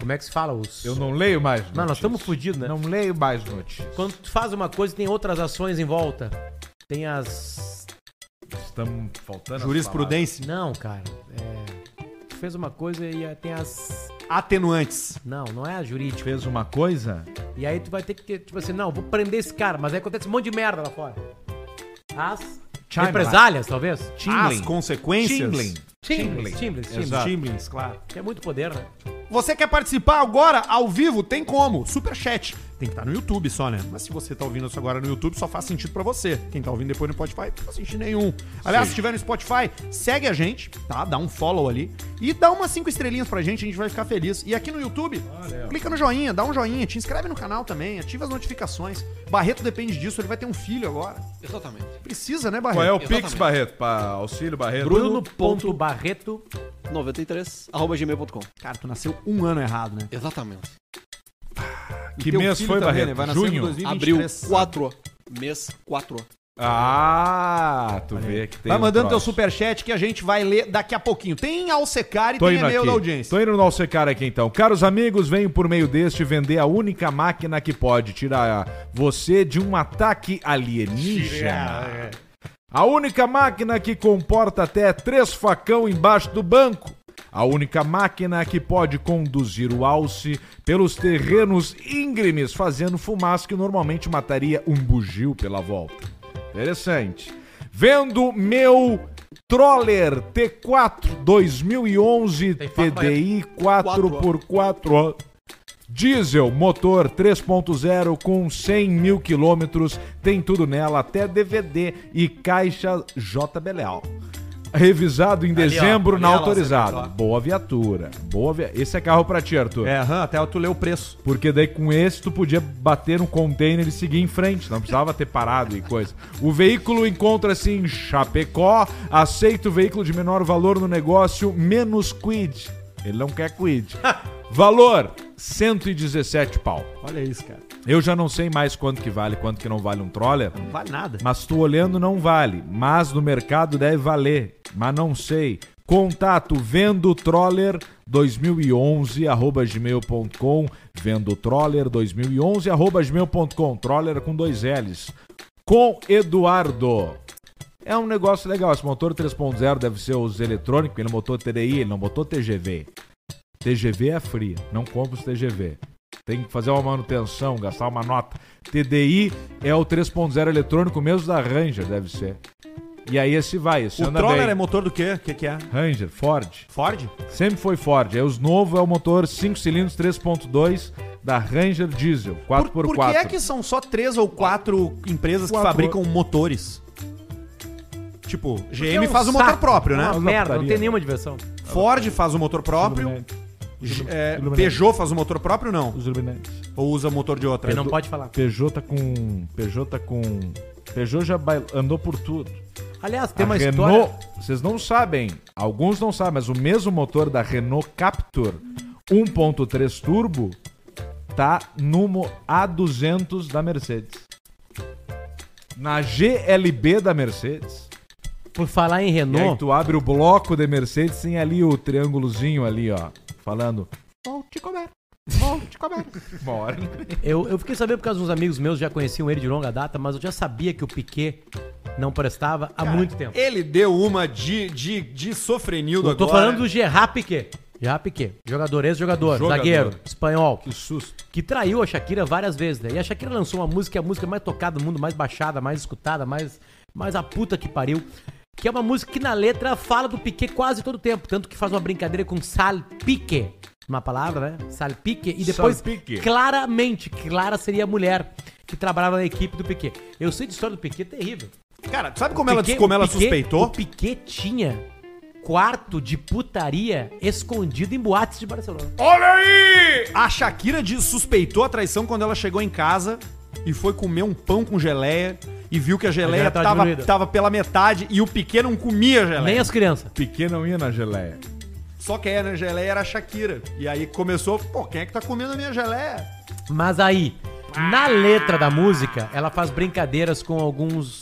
Como é que se fala? Os.
Eu não leio mais notícias.
Não, nós estamos fodidos, né?
Não leio mais notícias.
Quando tu faz uma coisa, tem outras ações em volta. Tem as.
Estamos faltando as
Jurisprudência.
Não, cara. É. Tu fez uma coisa e aí tem as.
Atenuantes.
Não, não é a
palavras.
jurídica.
Fez uma coisa?
E aí tu vai ter que ter, tipo assim, não, vou prender esse cara, mas aí acontece um monte de merda lá fora. As
Chimera.
represálias, talvez?
Ah.
As consequências.
Tingling.
Chimblings, chimblings,
Os
Exato.
chimblings.
Timblings, claro.
Que é muito poder, né?
Você quer participar agora, ao vivo? Tem como. Superchat. Tem que estar no YouTube só, né? Mas se você tá ouvindo isso agora no YouTube, só faz sentido pra você. Quem tá ouvindo depois no Spotify, não faz sentido nenhum. Aliás, se tiver no Spotify, segue a gente, tá? Dá um follow ali. E dá umas cinco estrelinhas pra gente, a gente vai ficar feliz. E aqui no YouTube, clica no joinha, dá um joinha, te inscreve no canal também, ativa as notificações. Barreto depende disso, ele vai ter um filho agora.
Exatamente.
Precisa, né, Barreto?
Qual é o Pix Barreto? Pra auxílio Barreto?
Bruno.barreto.
93, arroba gmail.com.
Cara, tu nasceu um ano errado, né?
Exatamente.
E
Que
teu
mês
filho
foi,
também, né?
Barreto?
Vai nascer em
Junho?
Abril
2023.
4. Mês 4.
Ah, tu vê que tem.
vai
um
mandando teu
troço.
superchat que a gente vai ler daqui a pouquinho. Tem Alcecar e
Tô
tem
indo
e-mail da
aqui.
audiência.
Tô indo no nosso secar aqui então. Caros amigos, venho por meio deste vender a única máquina que pode tirar você de um ataque alienígena. A única máquina que comporta até três facão embaixo do banco. A única máquina que pode conduzir o alce pelos terrenos íngremes, fazendo fumaça que normalmente mataria um bugio pela volta. Interessante. Vendo meu Troller T4 2011
Tem foto,
TDI 4x4 Diesel, motor 3.0 com 100 mil quilômetros, tem tudo nela, até DVD e caixa JBL. Revisado em dezembro
ali, é
na
tá, ó,
autorizada.
lá.
Boa viatura, boa via... Esse é carro pra ti, Arthur.
É, aham, até tu lê o preço.
Porque daí com esse tu podia bater um container e seguir em frente, não precisava ter parado e coisa. O veículo encontra-se em Chapecó, aceita o veículo de menor valor no negócio, menos quid. Ele não quer quid. Valor, 117 pau.
Olha isso, cara.
Eu já não sei mais quanto que vale, quanto que não vale um troller,
Não vale nada.
mas tu olhando não vale, mas no mercado deve valer, mas não sei. Contato vendo troller 2011 arroba gmail.com vendo troller 2011 arroba gmail.com troller com dois L's com Eduardo. É um negócio legal, esse motor 3.0 deve ser os eletrônicos, ele não botou TDI, ele não botou TGV. TGV é fria, não compra os TGV. Tem que fazer uma manutenção, gastar uma nota. TDI é o 3.0 eletrônico mesmo da Ranger, deve ser. E aí esse vai, esse
O
anda
Troller
bem.
é motor do quê? O que, que é?
Ranger, Ford.
Ford?
Sempre foi Ford. Aí os novos é o motor 5 cilindros 3.2 da Ranger Diesel, 4x4.
Por, por que é que são só três ou quatro empresas que
Quatro.
fabricam motores? Tipo, GM
é um
faz o motor
saco.
próprio,
Uma
né?
Mas
merda, não
putaria,
tem
né?
nenhuma diversão.
Ford faz o motor próprio.
Iluminante,
G- é,
Iluminati.
Peugeot faz o motor próprio, não?
Os iluminantes.
Ou usa motor de outra?
Você não pode falar.
Peugeot tá com. Peugeot tá com. Peugeot já bail- andou por tudo.
Aliás, tem uma
a
história...
Renault, vocês não sabem, alguns não sabem, mas o mesmo motor da Renault Captur 1.3 turbo tá no mo- A200 da Mercedes. Na GLB da Mercedes.
Por falar em
E aí
Renault,
tu abre o bloco da Mercedes tem ali o triângulozinho ali, ó, falando Vou te comer. Vou te comer. Uma hora.
eu, eu fiquei sabendo por causa dos amigos meus, já conheciam ele de longa data, mas eu já sabia que o Piquet não prestava há muito tempo.
Ele deu uma de, de, de sofrenildo
Eu tô
agora.
falando do Gerard Piquet. Gerard Piquet, jogador, ex-jogador,
Jogador.
zagueiro, espanhol,
Que susto.
que traiu a Shakira várias vezes, né? E a Shakira lançou uma música, que é a música mais tocada do mundo, mais baixada, mais escutada, mais, mais a puta que pariu. Que é uma música que na letra fala do Piquet quase todo tempo. Tanto que faz uma brincadeira com salpique. Uma palavra, né? Salpique. E depois,
Salpique.
claramente, Clara seria a mulher que trabalhava na equipe do Piquet. Eu sei de história do Piquet é terrível.
Cara, sabe como ela,
Piquet-
como ela
Piquet- O
suspeitou?
Piquet tinha quarto de putaria escondido em boates de Barcelona.
Olha aí!
A Shakira diz- suspeitou a traição quando ela chegou em casa e foi comer um pão com geleia e viu que a geleia
geleia tá
tava,
diluída.
tava pela metade e o Piquet não comia geleia.
Nem as crianças.
Piquet não ia na geleia.
Só que a geleia era a Shakira. E aí começou, pô, quem é que tá comendo a minha geleia?
Mas aí, na letra da música, ela faz brincadeiras com alguns.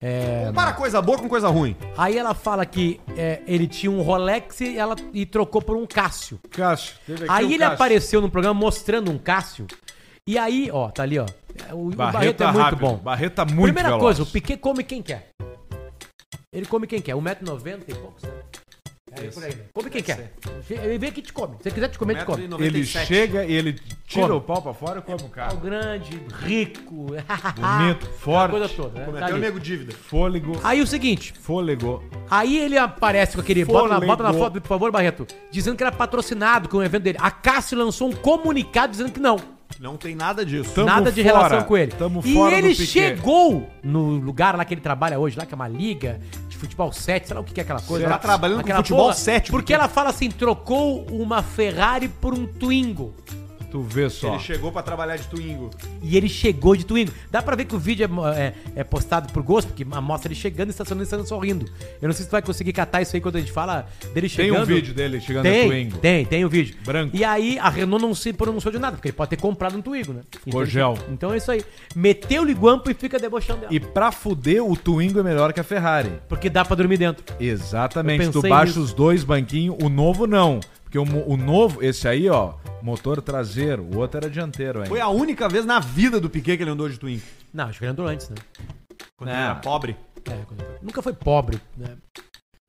é, Tá
Compara coisa boa com coisa ruim.
Aí ela fala que é, ele tinha um Rolex e, ela, e trocou por um Cássio.
Cássio. teve aqui
Aí
o
ele
um Cássio.
apareceu no programa mostrando um Cássio. E aí, ó, tá ali, ó. O o Barreto,
Barreto
é muito
rápido.
bom.
Barreto tá muito
Primeira
veloz.
coisa, o Piquet come quem quer. Ele come quem quer. 1,90m e poucos, né? É por aí. né? Come quem quer. Ele vem aqui e te come. Se você quiser te comer, te come.
Ele
97.
chega e ele tira
Come.
o pau pra fora e come o
O
carro.
grande, rico,
Bonito, forte. é?
coisa toda, né?
Cometeu
um
Tá ali.
nego dívida.
Fôlego,
Aí o seguinte,
fôlego.
aí ele aparece com aquele. Bota na, bota na
Fôlego.
foto, por favor, Barreto. Dizendo que era patrocinado com o evento dele. A Cássio lançou um comunicado dizendo que não.
Não tem nada disso.
Tamo
nada de
fora,
relação com ele.
tamo
e
fora do
ele
Piquet.
chegou no lugar lá que ele trabalha hoje, lá que é uma liga de futebol 7, sei lá o que que é aquela coisa.
Ele tá
lá.
trabalhando com
Aquela
futebol
porra,
sete,
Porque
Piquet.
ela fala assim: trocou uma Ferrari por um Twingo.
Tu vê só.
Ele chegou pra trabalhar de Twingo.
E ele chegou de Twingo. Dá pra ver que o vídeo é mo- é, é postado por gosto, porque mostra ele chegando, estacionando e estando sorrindo. Eu não sei se tu vai conseguir catar isso aí quando a gente fala
Tem
dele chegando.
um vídeo dele chegando
tem,
a Twingo.
Tem, tem o vídeo.
Branco.
E aí a Renault não se pronunciou de nada, porque ele pode ter comprado um Twingo, né? Então,
gel.
Então é isso aí. Meteu-lhe guampo e fica debochando dela.
E pra fuder, o Twingo é melhor que a Ferrari.
Porque dá pra dormir dentro.
Exatamente.
Eu
Tu
pensei
baixa
nisso.
os dois banquinhos, o novo não. Porque o, mo- o novo, esse aí, ó, motor traseiro, o outro era dianteiro, hein?
Foi a única vez na vida do Piquet que ele andou de Twingo.
Não, acho que ele andou antes, né?
Quando ele era pobre.
É, quando- nunca foi pobre, né?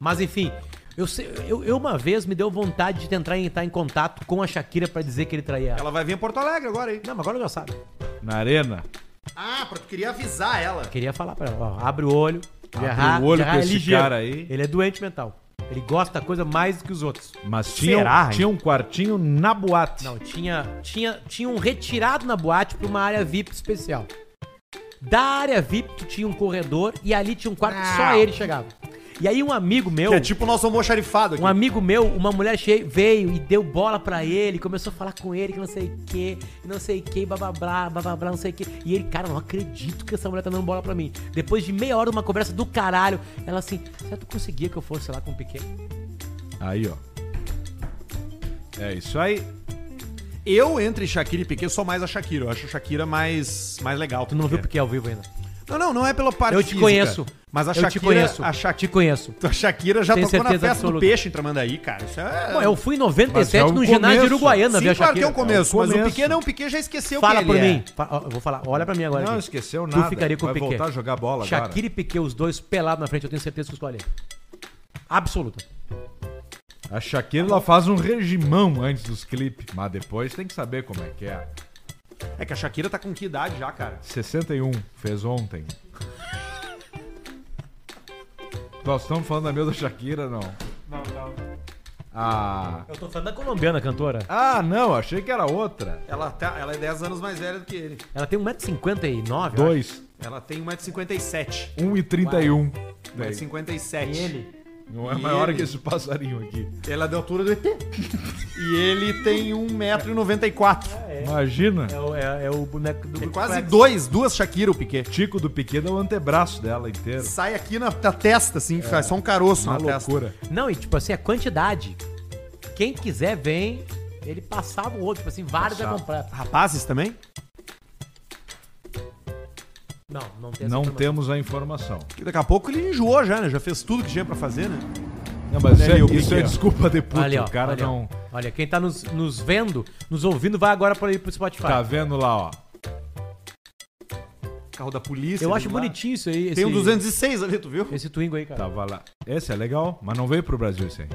Mas enfim, eu, sei- eu, eu uma vez me deu vontade de tentar entrar em contato com a Shakira pra dizer que ele traía ela.
Ela vai vir em Porto Alegre agora, hein?
Não, mas agora já sabe.
Na arena.
Ah, pra tu queria avisar ela.
Queria falar pra ela, ó, abre o olho. de
Abre o olho
de
com esse
ligeiro.
cara aí.
Ele é doente mental. Ele gosta da coisa mais do que os outros.
Mas tinha,
Será, hein?
tinha um quartinho na boate.
Não, tinha, tinha, tinha um retirado na boate pra uma área VIP especial. Da área VIP, tu tinha um corredor e ali tinha um quarto que
Ah.
só ele chegava. E aí um amigo meu...
Que é tipo o nosso almoxarifado aqui.
Um amigo meu, uma mulher che- veio e deu bola pra ele, começou a falar com ele que não sei o que, não sei o que, blá blá blá, blá, não sei o que. E ele, cara, não acredito que essa mulher tá dando bola pra mim. Depois de meia hora de uma conversa do caralho, ela assim, será que tu conseguia que eu fosse lá com o Piquet?
Aí, ó. É isso aí.
Eu, entre Shakira e Piquet, sou mais a Shakira. Eu acho a Shakira mais, mais legal.
Tu não viu o
É.
Piquet ao vivo ainda.
Não, não, não é pela parte
eu te
física,
conheço.
Mas a
eu
Shakira...
te conheço.
A
Te
Shakira,
conheço.
a Shakira já
Tenho
tocou na
certeza
festa do
absoluta.
peixe em Tramandaí, cara. Isso é...
Bom, eu fui em
Mas é
97
o
no ginásio
começo.
de Uruguaiana ver a
Sim, claro que é
Shakira.
um começo,
É um
mas o
começo.
Piquet não, o Piquet já esqueceu
Fala
quem
por
ele é.
mim. Fa- ó, Eu vou falar. Olha pra mim agora.
Não
aqui.
esqueceu
Tu
nada.
ficaria com
Vai
o Piquet.
voltar a jogar bola agora.
Shakira e Piquet, os dois pelados na frente, eu tenho certeza que eu escolhi. Absoluta.
A Shakira ela faz um regimão antes dos clipes, mas depois tem que saber como é que é.
É que a Shakira tá com que idade já, cara?
61 fez ontem. Nós estamos falando da mesma Shakira, não? Não, não. Ah.
Eu tô falando da colombiana, cantora.
Ah, não, achei que era outra.
Ela, tá, ela é 10 anos mais velha do que ele.
Ela tem 1,59m.
2,
Ela tem 1,57m.
1 e 31. é
1,57m.
E ele?
Não é
E
maior
ele?
que esse passarinho aqui.
Ela é da altura do ET. e ele tem 1,94m.
Imagina.
É o, é, é o boneco do.
É
Grupo
quase
Flex.
dois, duas Shakira o Piquet.
Tico do Piquet dá o antebraço dela inteiro.
Sai aqui na, na testa,
É.
assim, faz só um caroço
Uma
na testa.
loucura.
Não, e tipo assim, a quantidade. Quem quiser, vem. Ele passava o outro, tipo assim, vários já
Passava.
completo.
Rapazes também?
Não, não tem essa
Não
informação.
temos a informação.
Que daqui a pouco ele enjoou já, né? Já fez tudo que tinha pra fazer, né?
Não,
Olha
mas isso é-
ali o
isso é
Piquet, ó.
desculpa de puto.
Olha, ó,
o cara
olha, ó.
não.
Olha, quem tá nos, nos vendo, nos ouvindo, vai agora pra ir pro Spotify.
Tá vendo lá, ó.
Carro da polícia.
Eu
ali
acho
lá.
bonitinho isso aí.
Tem
esse-
um 206 ali, tu viu?
Esse Twingo aí, cara.
Tava lá. Esse é legal, mas não veio pro Brasil esse aí.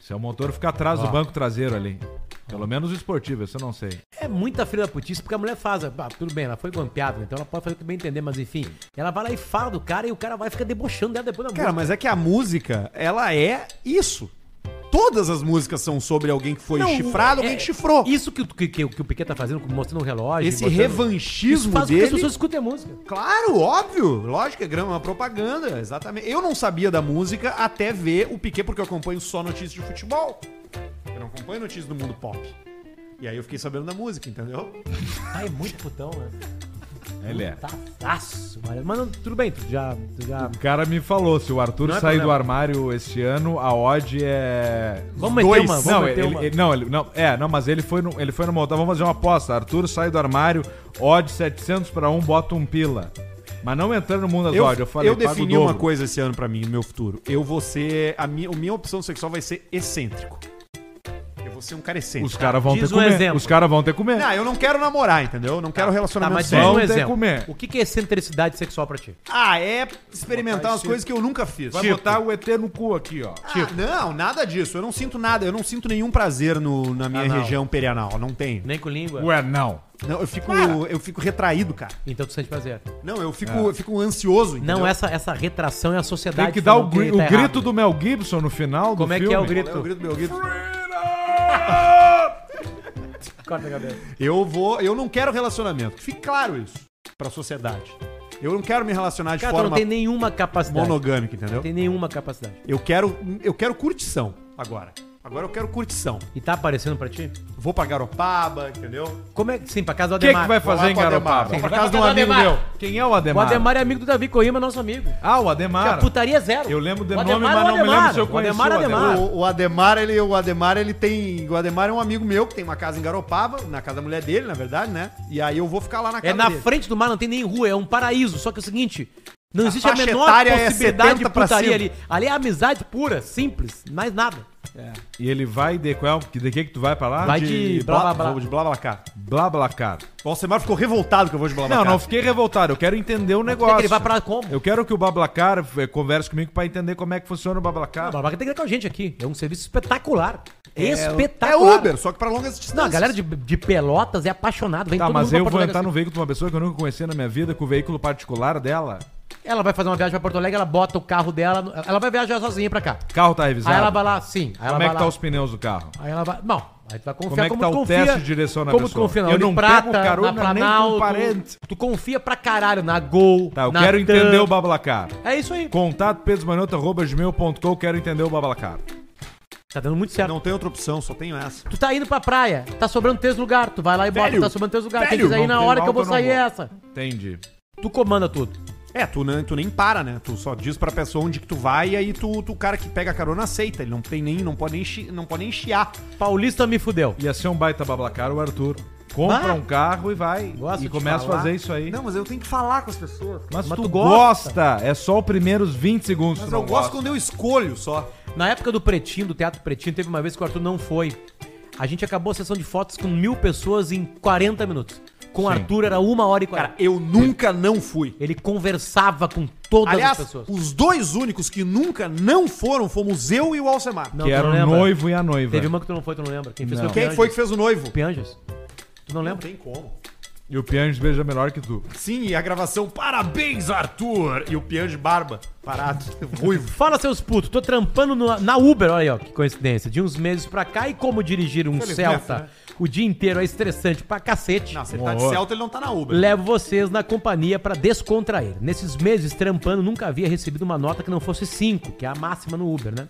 Seu motor fica atrás do banco traseiro ali. Pelo menos o esportivo, esse eu não sei.
É muita filha da putice, porque a mulher faz. ah, tudo bem, ela foi golpeada, né? então ela pode fazer o que bem entender, mas enfim. Ela vai lá e fala do cara e o cara vai ficar debochando dela depois da
Cara,
música.
mas é que a música, ela é isso. Todas as músicas são sobre alguém que foi
Não,
chifrado,
é-
alguém que chifrou.
Isso que, o- que, que, o- que o Piquet tá fazendo, mostrando o relógio.
Esse
mostrando- Isso
revanchismo
faz com que
dele.
as pessoas escutem a música.
Claro, óbvio. Lógico, que é grama, é uma propaganda, exatamente. Eu não sabia da música até ver o Piquet, porque eu acompanho só notícias de futebol. Eu não acompanho notícias do mundo pop. E aí eu fiquei sabendo da música, entendeu?
Ah, é muito putão, né?
Ele é.
Tá fácil, Maria. Mas não, tudo bem, tu já. Tu já...
O cara me falou, se o Arthur
Não é
sair do
problema.
armário esse ano, a odd é.
Vamos meter
dois.
uma. Vamos
Não,
meter
ele,
uma.
ele- não, ele, não, é, não, mas ele foi no, ele foi no montão, vamos fazer uma aposta. Arthur sai do armário, odd 700 pra um, bota um pila. Mas não entrando no mundo das
Eu,
odds, eu falei,
eu
pago o
defini
dobro.
uma coisa esse ano pra mim, no meu futuro. Eu vou ser. A minha, a minha opção sexual vai ser excêntrico. Eu vou ser um cara
Os
excêntrico.
caras vão
Diz
ter
um
comer.
exemplo.
Os caras vão ter comer.
Não, eu não quero namorar, entendeu? Eu não quero
Tá,
relacionamento
mas diz
sério.
Vão
um
ter
exemplo.
comer.
O que, que é excentricidade sexual pra ti?
Ah, é experimentar umas coisas que eu nunca fiz.
Vai
Tipo,
botar o ET no cu aqui, ó.
Ah, não, nada disso. Eu não sinto nada. Eu não sinto nenhum prazer no- na minha
Anal.
região perianal. Não tenho.
Nem com língua?
Ué, não.
Não, eu fico, eu fico retraído, cara.
Então tu sente prazer.
Não, eu fico, eu fico ansioso.
Ah. Não,
entendeu?
essa, essa retração é a sociedade.
Tem que dar o,
falando
gri-
tá
o grito
errado.
do Mel Gibson no final
Como
do
é que
filme.
é o grito?
Qual é o grito do meu grito?
Corta a cabeça.
Eu vou. Eu não quero relacionamento. Fique claro isso pra sociedade. Eu não quero me relacionar de
Cara, tu
forma
não tem nenhuma capacidade.
monogâmica, entendeu?
Não tem nenhuma capacidade.
Eu quero, eu quero curtição agora. Agora eu quero curtição.
E tá aparecendo pra ti?
Vou pra Garopaba, entendeu?
Como é que sim, pra casa do
O que, que
Ademar.
vai
Vou
fazer
lá
em
com o Ademar.
Garopaba?
Vou pra
Vai
casa de
pra
um
casa do
amigo
Ademar.
meu.
Quem é o Ademar?
O Ademar é amigo do Davi Coima, nosso amigo.
Ah, o
Que a
Ademar.
putaria é zero.
Eu lembro de
O
nome, mas
Ademar é o
não me lembro se eu
Ademar. O
conheci
Ademar é o Ademar.
O, o Ademar, ele, o Ademar, ele tem. O Ademar é um amigo meu que tem uma casa em Garopaba, na casa da mulher dele, na verdade, né? E aí eu vou ficar lá na casa
É na
dele.
frente do mar, não tem nem rua, é um paraíso. Só que é o seguinte, não existe a
faixa
menor
etária é
possibilidade
70
de
pra
putaria
cima.
ali. Ali é amizade pura, simples, mais nada.
E ele vai de qual? que- De que que tu vai pra lá?
Vai
de
de,
De
blá blá
Vou
blá.
de Blablacar.
Blablacar.
O Alcemar ficou revoltado que eu vou de Blablacar.
Não, não fiquei revoltado. Eu quero entender o
quer
negócio.
que ele vá pra como?
Eu quero que o Bablacar eh, converse comigo pra entender como é que funciona o
Ah,
Bablacar.
blá, blá, tem que estar com a gente aqui. É um serviço espetacular.
É
espetacular.
Uber, só que pra longas distâncias.
Não, a galera de, de Pelotas é apaixonada. Vem
Tá,
todo
mas
mundo pra
eu
Porto
vou
Alegre
entrar
assim.
no veículo de uma pessoa que eu nunca conheci na minha vida, com o veículo particular dela.
Ela vai fazer uma viagem pra Porto Alegre, ela bota o carro dela. no- Ela vai viajar sozinha pra cá.
O carro tá revisado.
Aí ela vai lá, sim. Aí ela
Como é
vai
que
lá,
tá os pneus do carro?
Aí ela vai. Não, aí tu vai confiar
Como é que tá
tu
o teste de direção na
como
pessoa?
tu confia na
Eu
Audi
não
Prata,
pego carona
na
nem com um
Planalto,
parente.
Tu confia pra caralho na Gol.
Tá, eu
na
quero
Tan.
entender o Bablacar.
É isso aí.
Contato pedromanota.gmail.com, quero entender o Bablacar.
Tá dando muito certo.
Não tem outra opção, só tenho essa.
Tu tá indo pra praia, tá sobrando três lugar, tu vai lá e bota,
Velho,
tá sobrando três lugar, tem
velho,
que sair
não
na
tem
hora que eu
alta,
vou
eu não
sair
vou.
essa.
Entendi.
Tu comanda tudo.
É, tu, não, tu nem para, né? Tu só diz pra pessoa onde que tu vai e aí tu, tu o cara que pega a carona aceita. Ele não tem nem, não pode nem, chi- não pode nem chiar.
Paulista me fudeu.
Ia ser um baita Bablacar o Arthur. Compra
Bah.
um carro e vai.
Gosto
e
de
começa a
falar.
fazer isso aí.
Não, mas eu tenho que falar com as pessoas.
Mas,
Mas
tu
tu
gosta. é só os primeiros 20 segundos. que
Mas
tu
eu
não
gosto
gosta.
quando eu escolho só.
Na época do Pretinho, do Teatro Pretinho, teve uma vez que o Arthur não foi. A gente acabou a sessão de fotos com mil pessoas em 40 minutos. Com o
Sim.
Arthur era uma hora e
Cara,
quarenta.
eu nunca não fui.
Ele conversava com todas
Aliás,
as pessoas.
os dois únicos que nunca não foram fomos eu e o Alcemar.
Não,
Que
tu
era
não
o
lembra?
noivo e a noiva.
Teve uma que tu não foi, tu não lembra. Quem fez
Não.
o
Quem
Pianges?
foi que fez o noivo?
Pianges? Tu não lembra?
tem como.
E o Pianges beija melhor que tu.
Sim, e a gravação Parabéns, Arthur! E o piano de barba, parado, ruivo.
Fala, seus putos. Tô trampando no- na Uber, olha aí, ó, que coincidência. De uns meses pra cá, e como dirigir um
Felizmente,
Celta
né?
o dia inteiro é estressante pra cacete.
Não, se ele tá de
Horror.
Celta, ele não tá na Uber.
Levo vocês na companhia pra descontrair. Nesses meses trampando, nunca havia recebido uma nota que não fosse 5, que é a máxima no Uber, né?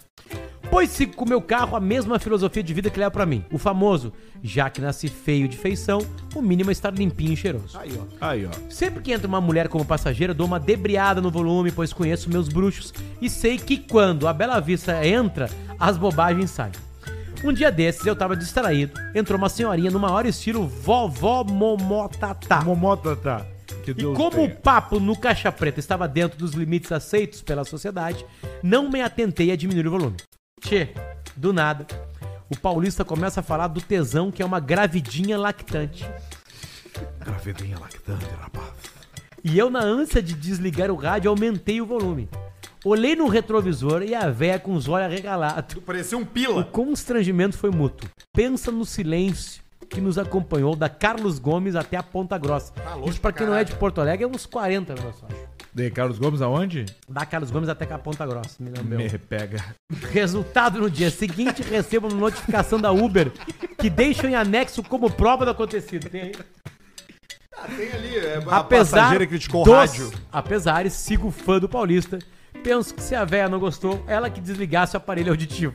Pois sigo com o meu carro a mesma filosofia de vida que leva pra mim. O famoso, já que nasci feio de feição, o mínimo é estar limpinho e cheiroso.
Aí, ó.
Aí, ó.
Sempre que entra uma mulher como passageira, dou uma debriada no volume, pois conheço meus bruxos e sei que quando a Bela Vista entra, as bobagens saem. Um dia desses eu tava distraído, entrou uma senhorinha no maior estilo vovó momotatá.
Momota tá. Que
E
Deus
como o
tenha.
papo no Caixa Preta estava dentro dos limites aceitos pela sociedade, não me atentei a diminuir o volume. Tchê, do nada, o paulista começa a falar do tesão que é uma gravidinha lactante.
Gravidinha lactante, rapaz.
E eu, na ânsia de desligar o rádio, aumentei o volume. Olhei no retrovisor e a véia com os olhos arregalados.
Parecia um
O
pila.
constrangimento foi mútuo. Pensa no silêncio que nos acompanhou da Carlos Gomes até a Ponta Grossa.
longe
Isso pra
pra
quem não é
caralho.
de Porto Alegre é uns 40 minutos, eu acho.
De Carlos Gomes aonde?
Da Carlos Gomes até a Ponta Grossa. Me lembro.
Me pega.
Resultado no dia seguinte, recebo uma notificação da Uber que deixam em anexo como prova do acontecido. Tem aí.
Tem ali, é,
Apesar
passageira criticou
dos
o rádio.
Apesar, sigo fã do Paulista. Penso que se a véia não gostou, ela que desligasse o aparelho auditivo.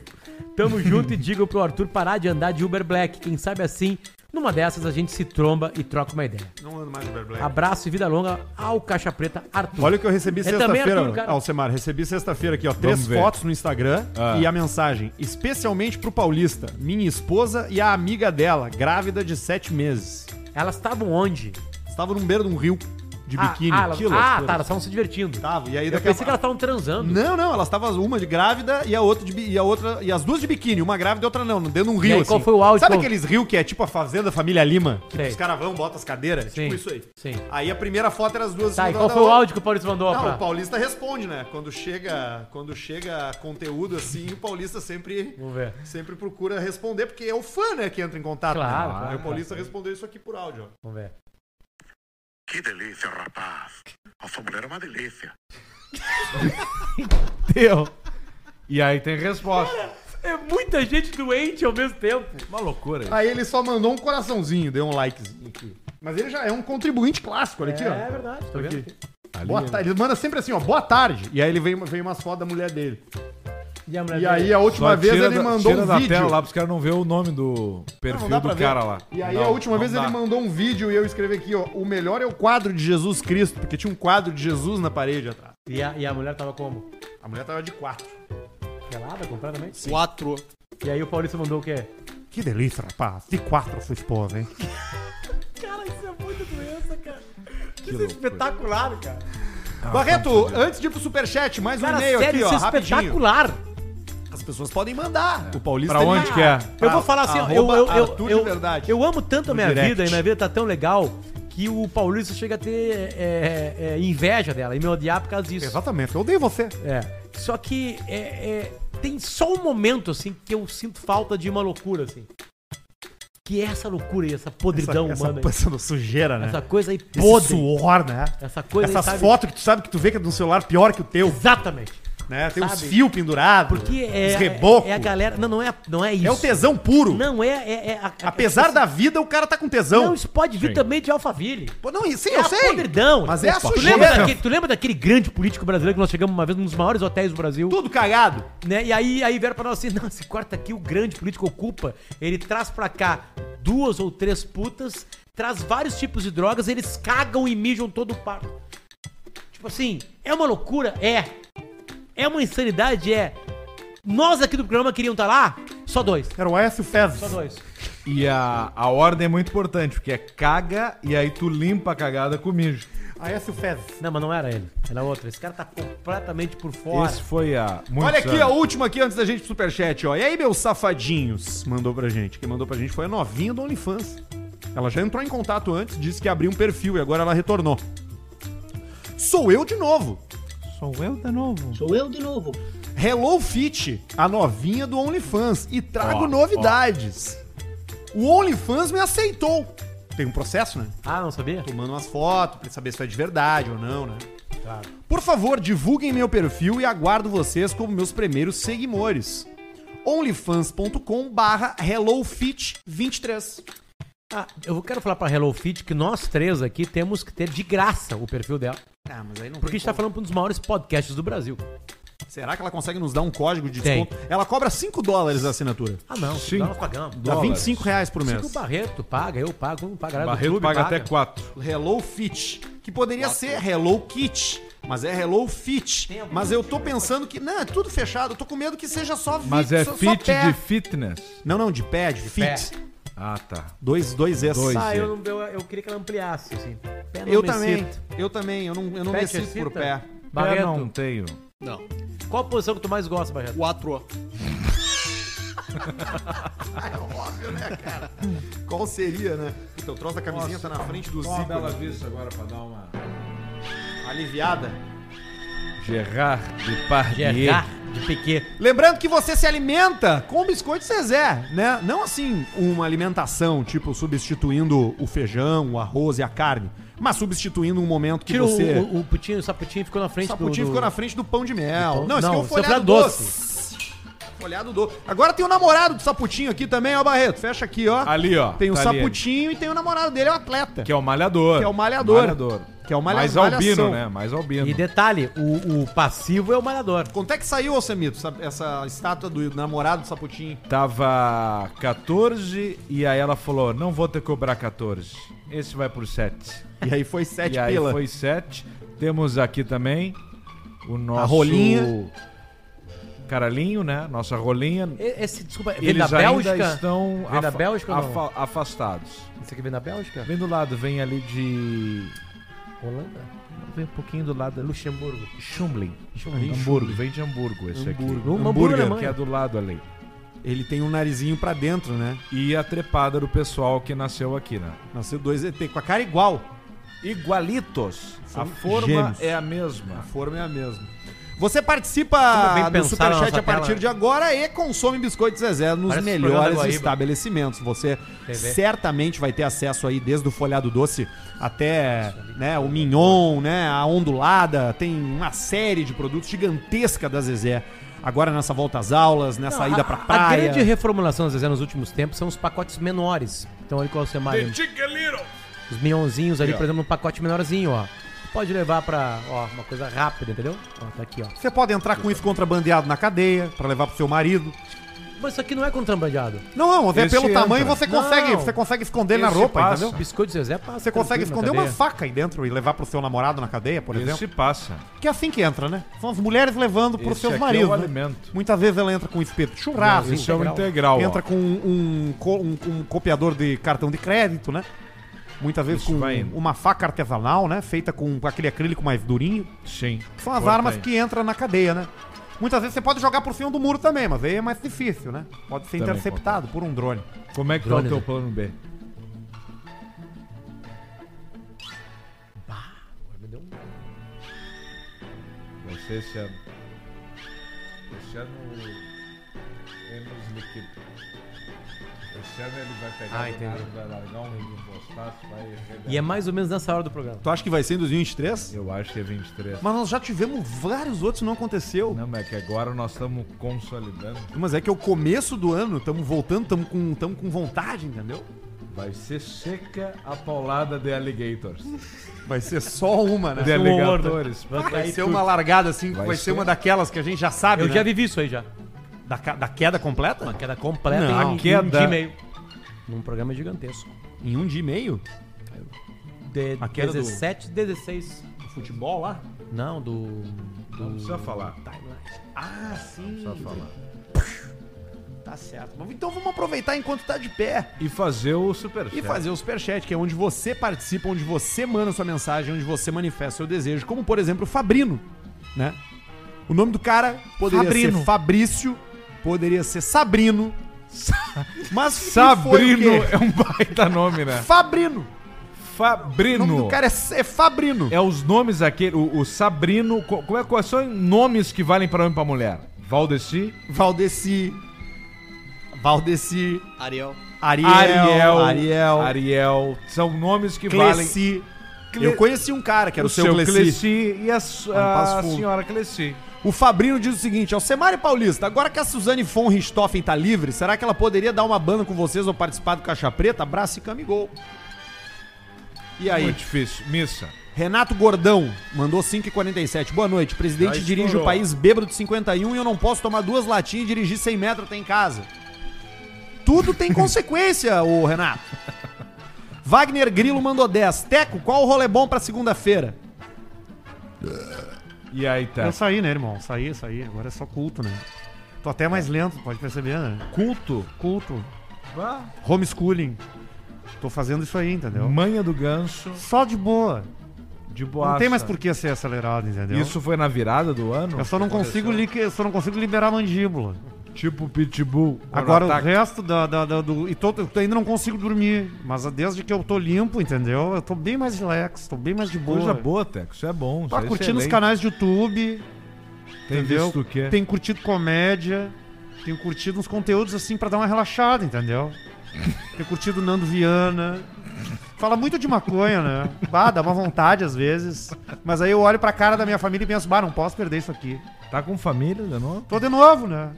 Tamo junto e digo pro Arthur parar de andar de Uber Black. Quem sabe assim, numa dessas a gente se tromba e troca uma ideia.
Não ando mais de Uber Black.
Abraço e vida longa ao Caixa Preta, Arthur.
Olha o que eu recebi
É também
sexta-feira,
Arthur, cara.
Alcemar. Recebi sexta-feira aqui, ó. Três
ver.
fotos no Instagram
Ah.
e a mensagem. Especialmente pro Paulista, minha esposa e a amiga dela, grávida de sete meses.
Elas estavam onde?
Estavam num beira de um rio de
Ah,
biquíni.
Ah, elas-
Que loucura.
ah tá, elas estavam se divertindo.
Tava, e aí
Eu
daqui a
pensei que elas estavam transando.
Não, não, elas estavam uma de grávida e a outra de bi- e a outra e as duas de biquíni, uma grávida e outra não, dentro de um rio
aí,
assim.
qual foi o áudio?
Sabe
Qual-
aqueles rios que é tipo a fazenda família Lima, que
Sei.
os caras vão, botam as cadeiras,
Sim,
tipo isso aí.
sim.
Aí a primeira foto era as duas
Tá,
em
e
cima
qual
da
foi o
outra.
áudio que o Paulista mandou?
Não,
pra-
o Paulista responde, né? Quando chega, quando chega conteúdo assim, o Paulista sempre
Vamos ver.
sempre procura responder porque é o fã, né, que entra em contato. né?
Claro,
Aí
claro.
o Paulista respondeu isso aqui por áudio, ó.
Vamos ver.
Que delícia, rapaz. A sua mulher é uma delícia.
Deu. E aí tem resposta.
É muita gente doente ao mesmo tempo.
Uma loucura isso.
Aí ele só mandou um coraçãozinho, deu um likezinho aqui. Mas ele já é um contribuinte clássico, olha aqui,
É.
ó.
verdade, tô
né?
Boa tarde. Ele manda sempre assim, ó, boa tarde. E aí ele vem, vem umas fotos da mulher dele.
E a mulher
E
dele?
aí a última
Só
vez
tira
ele
da-
mandou
tira
um
da
vídeo.
tela lá, pros caras não ver o nome do perfil do cara lá.
E aí
Não,
a última
não
vez
dá.
ele mandou um vídeo e eu escrevi aqui, ó, o melhor é o quadro de Jesus Cristo, porque tinha um quadro de Jesus na parede atrás.
E a, e a mulher tava como?
A mulher tava de quatro.
Pelada completamente?
Quatro.
E aí o Paulista mandou o quê?
Que delícia, rapaz. De quatro a sua esposa, hein?
Cara, isso é muita doença, cara. é
Que loucura.
Espetacular, cara.
Barreto, antes de ir pro superchat, mais um
Cara,
e-mail
sério,
aqui, ó,
isso é
rapidinho.
espetacular.
As pessoas podem mandar. O Paulista
Pra
ele-
onde que é?
Eu vou falar assim, ó, eu,
Arroba
eu, eu,
Arthur
eu,
de verdade.
eu amo tanto a
No
minha
direct.
vida, e minha vida tá tão legal, que o Paulista chega a ter é, é, inveja dela e me odiar por causa disso.
Exatamente, eu odeio você.
É. Só que é, é, tem só um momento, assim, que eu sinto falta de uma loucura, assim. Que é essa loucura aí, essa podridão
essa,
humana. aí.
essa, essa sujeira, né?
Essa coisa aí
Esse
podre.
suor, né?
Essa coisa aí,
Essas
sabe?
fotos que tu sabe que tu vê que é de um celular pior que o teu,
Exatamente.
né? Tem uns
sabe?
fios pendurados,
Porque é,
uns rebocos.
é a galera. Não, não é, não é isso.
É o tesão puro.
Não, é. é, é a- a-
Apesar
é-
da vida, o cara tá com tesão.
Não, isso pode vir
Sim.
também de Alphaville.
Pô, não, isso sim,
é a podridão.
Mas é a
tu
sujeira.
lembra, daquele, tu lembra daquele grande político brasileiro que nós chegamos uma vez num dos maiores hotéis do Brasil?
Tudo cagado.
né? E aí, aí vieram pra nós assim, não, esse quarto aqui o grande político ocupa, ele traz pra cá duas ou três putas, traz vários tipos de drogas, eles cagam e mijam todo o parto. Tipo assim, é uma loucura? É. É uma insanidade? É. Nós aqui do programa queríamos estar lá? Só dois.
Era o S e o Fezes.
Só dois.
E a, a ordem é muito importante, porque é caga e aí tu limpa a cagada com mijo.
A S e o Fezes.
Não, mas não era ele. Era outro. Esse cara tá completamente por fora.
Esse foi a. muitos
Olha aqui,
anos.
a última aqui antes da gente pro superchat, ó. E aí, meus safadinhos? Mandou pra gente. Quem mandou pra gente foi a novinha do OnlyFans. Ela já entrou em contato antes, disse que abriu um perfil e agora ela retornou. Sou eu de novo.
Sou eu de novo.
Sou eu de novo.
Hello Fit, a novinha do OnlyFans, e trago
Ó,
novidades. O OnlyFans me aceitou. Tem um processo, né?
Ah, não sabia?
Tu manda umas fotos pra saber se é de verdade ou não, né? Por favor, divulguem meu perfil e aguardo vocês como meus primeiros seguidores. onlyfans.com barra hellofit23.
Ah, eu quero falar pra Hello Fit que nós três aqui temos que ter de graça o perfil dela.
Ah, mas aí não
Porque a gente tá falando pra um dos maiores podcasts do Brasil.
Será que ela consegue nos dar um código de
Tem.
desconto? Ela cobra 5 dólares a assinatura.
Ah, não.
Sim.
Nós pagamos.
Dá
Dólares.
25 reais por mês.
Cinco Barreto paga, eu pago, um não paga nada.
Barreto É paga, até 4.
Hello Fit, que poderia ser Hello Kit, mas é Hello Fit. Mas eu tô pensando que, não, é tudo fechado, eu tô com medo que seja só fit,
Mas é
só, só
fit
pé.
de fitness.
Não, não, de pé, de, fit.
pé.
Ah, tá.
Dois, dois S.
Dois.
Ah, eu, não- eu, eu queria que ela ampliasse, assim. Pé não
Eu
me
também,
excita.
eu também, eu não, eu não
Pé
me
te
sinto por
excita?
pé.
Eu
Barreto,
não tenho.
Não.
qual a posição que tu mais gosta, Barreto?
Quatro.
Qual seria, né? Puta, o troço da camisinha tá na frente do Zico, né?
vista agora pra dar uma.
aliviada.
Gerard de Pardier.
GH de Piquet.
Lembrando que você se alimenta com biscoito Zezé, né? Não assim uma alimentação, tipo substituindo o feijão, o arroz e a carne, mas substituindo um momento que
Tira o-
você
o, o putinho, o saputinho ficou na
O
frente
saputinho
do...
ficou na frente do pão de mel.
do pão-
Não, esse aqui é
não,
um
esse é o
folhado
pra
doce. Folhado doce. Agora tem o namorado do Saputinho aqui também, ó, Barreto. Fecha aqui, ó.
Ali, ó.
Tem o
tá ali.
Saputinho e tem o namorado dele, é o atleta.
Que é o malhador.
Que é o malhador. Que é o malha-
malhador. Mais
malhação.
albino, né? Mais albino.
E detalhe, o, o passivo é o malhador.
Quanto é que saiu, Alcemito, essa, essa estátua do namorado do Saputinho?
Tava 14 e aí ela falou: não vou te cobrar 14. Esse vai por 7.
E aí foi sete
E aí
pila.
foi 7. Temos aqui também o nosso.
rolinha.
Caralinho, né? Nossa rolinha.
E- Esse, desculpa, vem
Eles
da Bélgica?
ainda estão
Vem da
afa-
Bélgica ou não?
afa- afastados.
Esse aqui vem da Bélgica?
Vem do lado, vem ali de.
Holanda?
Vem um pouquinho do lado. ali.
é Luxemburgo.
Schumblin.
Schumblin.
Hamburgo, vem de Hamburgo esse
Hamburgo.
aqui.
Hamburgo,
Hambúrguer,
Alemanha.
que é do lado ali.
Ele tem um narizinho pra dentro, né?
E a trepada do pessoal que nasceu aqui, né?
Nasceu dois ET, com a cara igual.
Igualitos.
São
a forma
gêmeos.
é a
A
mesma.
forma é a mesma. Você
Como bem
participa do
pensar na
Superchat
nossa
a partir
tela.
de agora e consome Biscoito Zezé nos
Parece programa da
melhores
Guaíba.
estabelecimentos. Você
TV.
certamente vai ter acesso aí desde o folhado doce até né, o mignon, né, a ondulada. Tem uma série de produtos gigantesca da Zezé. Agora nessa volta às aulas, nessa
Não,
ida
a-
pra
A
praia.
grande reformulação às vezes nos últimos tempos são os pacotes é menores. Então olha qual você mais. Os minhãozinhos ali, por exemplo, num pacote menorzinho, ó. Tu pode levar pra ó, uma coisa rápida, entendeu? Ó, tá aqui, ó.
Você pode entrar com isso contrabandeado na cadeia pra levar pro seu marido.
Mas isso aqui não é contrabandeado.
Não, não, até
Esse
pelo
entra.
tamanho você consegue,
Não.
você consegue esconder na
Esse
roupa,
passa.
entendeu?
Biscoito de Zezé passa.
Você consegue
tranquilo na
esconder uma
cadeia.
faca aí dentro e levar pro seu namorado na cadeia, por exemplo.
Esse passa.
Que é assim que entra, né? São as mulheres levando pros
Esse
seus
aqui
maridos.
é o
né?
alimento.
Muitas vezes ela entra com um espeto de churrasco,
Esse é o
integral.
integral. ó.
entra com um, co- um- um copiador de cartão de crédito, né? Muitas vezes
Isso
com
vai indo.
uma faca artesanal, né? Feita com aquele acrílico mais durinho.
Sim.
Que são as
Corta
armas
aí.
que entram na cadeia, né? Muitas vezes você pode jogar por cima do muro também, mas aí é mais difícil, né? Pode ser
Também
interceptado por um drone.
Como é que
Drone,
tá o
né?
teu plano B?
Agora me deu um-
Vai ser esse ano. Esse ano Enos Liquid. Esse ano ele vai pegar
Ah,
do
entendi.
nada, vai largar um impostaço, vai
E é mais ou menos nessa hora do programa.
Tu acha que vai ser em 2023?
Eu acho que é 23.
Mas nós já tivemos vários outros, não aconteceu.
Não, mas é que agora nós estamos consolidando.
Mas é que é o começo do ano, estamos voltando, estamos com, tamo com vontade, entendeu?
Vai ser seca a paulada de alligators.
Vai ser só uma, né?
De
um horror,
alligators.
né?
Vai
Vai
cair
ser
tudo.
uma largada assim, vai,
Vai
ser
ser.
uma daquelas que a gente já sabe,
Eu
né?
já vivi isso aí já.
Da, ca- da queda completa?
Uma queda completa
Não,
em um-
queda.
um dia e meio. Num programa gigantesco.
Em um dia e meio?
De
A queda do-
17, 16.
Do futebol lá?
Não, do.
Não
Hum.
precisa falar.
Ah, sim.
Só falar.
Tá certo. Mas Então vamos aproveitar enquanto tá de pé
E fazer o super
e fazer o Superchat, que é onde você participa, onde você manda sua mensagem, onde você manifesta seu desejo, como por exemplo o Fabrino, né? O nome do cara poderia
Fabrino.
ser Fabrício, poderia ser Sabrino, mas
Sabrino
foi o quê?
é um baita nome, né?
Fabrino. O
Fabrino.
nome do cara é, é Fabrino.
É os nomes aquele, o, o Sabrino. co- Como é, quais são nomes que valem pra homem e pra mulher? Valdeci,
É Valdeci. Valdeci.
Ariel.
Ariel.
Ariel,
Ariel.
Ariel. São nomes que valem.
Cleci.
Cle-
Eu conheci um cara que era o, seu Cleci.
e a, su-
Ah, no
a
Passo Fundo.
senhora Cleci.
O Fabrino diz o seguinte: ao Semari Paulista, agora que a Suzane von Richthofen tá livre, será que ela poderia dar uma banda com vocês ou participar do Caixa Preta? Abraço e camigol. E aí?
Muito difícil. Missa.
Renato Gordão mandou 5,47. Boa noite. Presidente
Já
dirige o
estourou.
país bêbado de 51 e eu não posso tomar duas latinhas e dirigir 100 metros até em casa. Tudo tem consequência, ô Renato. Wagner Grilo mandou 10. Teco, qual o rolê bom pra segunda-feira?
E aí tá.
Eu saí, né, irmão? Saí, saí. Agora é só culto, né? Tô até
É.
mais lento, pode perceber, né?
Culto.
Culto,
Ah,
homeschooling. Tô fazendo isso aí,
Hum.
entendeu?
Manha do ganso.
Só de boa.
De boa.
Não tem mais por que ser acelerado, entendeu?
Isso foi na virada do ano?
Eu só não consigo, li... eu só não consigo liberar a mandíbula.
Tipo Pitbull.
Agora o
Ataque.
resto da, da- da- do. E tô, eu ainda não consigo dormir. Mas desde que eu tô limpo, entendeu? Eu tô bem mais relax, tô bem mais de boa.
Coisa boa, Teco. Isso é bom. isso
Tá
Tô
é
curtindo os
excelente. É.
canais de YouTube,
Tem
entendeu?
visto o quê?
Tenho curtido comédia, tenho curtido uns conteúdos assim pra dar uma relaxada, entendeu? tenho curtido Nando Viana. Fala muito de maconha, né? Bah, dá uma vontade às vezes. Mas aí eu olho pra cara da minha família e penso, bah, não posso perder isso aqui.
Tá com família de novo?
Tô de novo, né?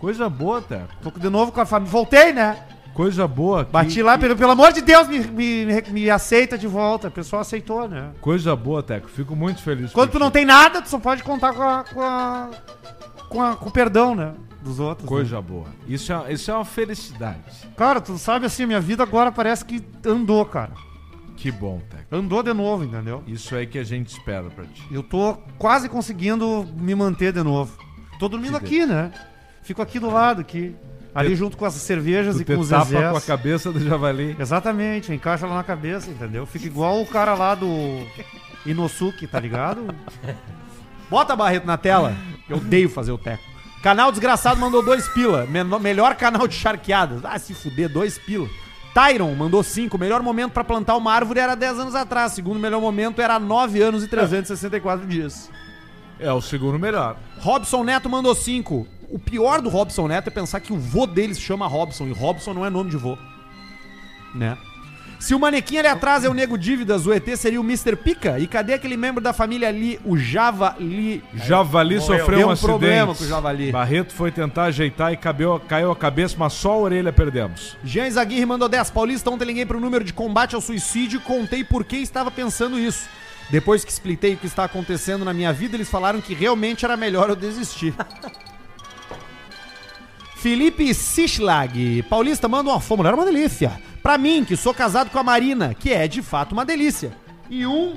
Coisa boa, Teco.
Tô de novo com a família. Voltei, né?
Coisa boa. que-
Bati lá, pelo, pelo amor de Deus, me, me, me- me aceita de volta. O pessoal aceitou, né?
Coisa boa, Teco. Fico muito feliz.
Quando
por
tu não tá
ti.
tem nada, tu só pode contar com a. com, a- com a- com o perdão, né? Dos outros. né?
Coisa boa. Isso é, isso é uma felicidade.
Cara, tu sabe assim, minha vida agora parece que andou, cara.
Que bom, Teco.
Andou de novo, entendeu?
Isso é que a gente espera pra ti.
Eu tô quase conseguindo me manter de novo. Tô dormindo
Que
aqui, né? Fico aqui do lado, aqui. Ali junto com as cervejas
Tu
e
te
com os
tapa com a
exércitos.
cabeça do javali.
Exatamente, encaixa lá na cabeça, entendeu? Fica igual o cara lá do Inosuke, tá ligado?
Bota Barreto na tela. Eu odeio fazer o teco. Canal Desgraçado mandou dois pila. Meno- melhor canal de charqueadas. Ah, se fuder, dois pila. Tyron mandou cinco. Melhor momento pra plantar uma árvore era 10 anos atrás. Segundo melhor momento era 9 anos e 364 dias.
É o segundo melhor.
Robson Neto mandou cinco. O pior do Robson Neto é pensar que o vô dele se chama Robson e Robson não é nome de vô. Né? Se o manequim ali atrás é o Nego Dívidas, o ET seria o Mr. Pica? E cadê aquele membro da família ali, o Java Li
Javali sofreu
É. Deu
um
um
acidente.
problema com o javali.
Barreto foi tentar ajeitar e cabeu- caiu a cabeça, mas só a orelha perdemos.
Jean Zaguirre mandou 10. Paulista, ontem liguei pro número de combate ao suicídio e contei por que estava pensando isso. Depois que expliquei o que está acontecendo na minha vida, eles falaram que realmente era melhor eu desistir. Felipe Sischlag, paulista, manda uma fórmula. Era uma delícia. Pra mim, que sou casado com a Marina, que é de fato uma delícia. E um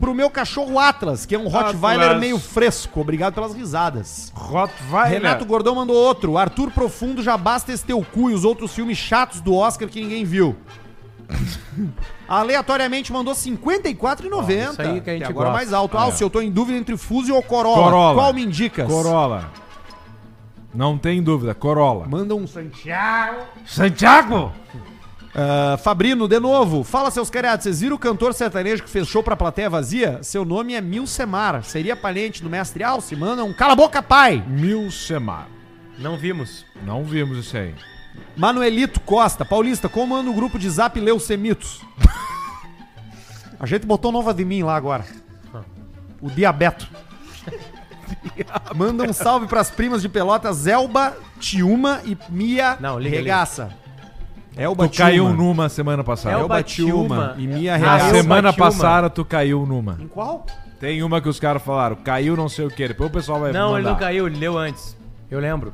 pro meu cachorro Atlas, que é um Rottweiler
Atlas.
meio fresco. Obrigado pelas risadas.
Rottweiler.
Renato Gordão mandou outro. Arthur Profundo, já basta esse teu cu e os outros filmes chatos do Oscar que ninguém viu. Aleatoriamente mandou 54,90.
Ó, isso aí que a gente
agora
gosta.
mais alto. Ah,
Ah, é.
se eu tô em dúvida entre Fuso ou Corolla,
Corolla.
qual me indicas?
Corolla. Não tem dúvida, Corolla.
Manda um
Santiago!
Ah, Fabrino, de novo. Fala, seus cariados. Vocês viram o cantor sertanejo que fez show pra plateia vazia? Seu nome é Milcemar. Seria parente do mestre Alce? Manda um cala a boca, pai.
Milcemar.
Não vimos.
Não vimos isso aí.
Manuelito Costa, Paulista, como anda o grupo de Zap Leucemitos?
A gente botou nova de mim lá agora. O diabeto.
Manda um salve pras primas de Pelotas, Elba, Tiuma e Mia
Não, liga,
Regaça. Elba
Tu caiu
Tiuma.
numa semana passada.
É o
Elba Tiuma
Tiuma.
e Mia
Na
Ah,
Regaça.
semana
bati uma.
passada tu caiu numa.
Em qual?
Tem uma que os caras falaram, caiu não sei o que, depois o pessoal vai
Não, ele não
mandar.
caiu, ele leu antes. Eu lembro.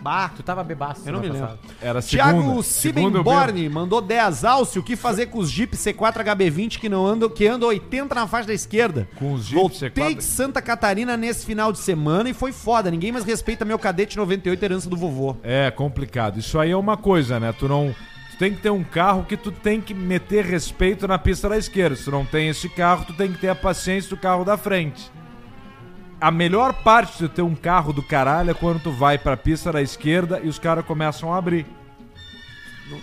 Bah.
Tu tava bebaço.
Eu não me
semana passada.
Era segunda.
Thiago
Segunda eu
Sibenborn mandou 10 alce. O que fazer com os Jeep C4 HB20 que não andam, que andam 80 na faixa da esquerda?
Com os Jeep
Voltei
C4.
de Santa Catarina nesse final de semana e foi foda. Ninguém mais respeita meu cadete 98 herança do vovô.
É, complicado. Isso aí é uma coisa, né? Tu não. Tu tem que ter um carro que tu tem que meter respeito na pista da esquerda. Se tu não tem esse carro, tu tem que ter a paciência do carro da frente. A melhor parte de ter um carro do caralho é quando tu vai pra pista da esquerda e os caras começam a abrir.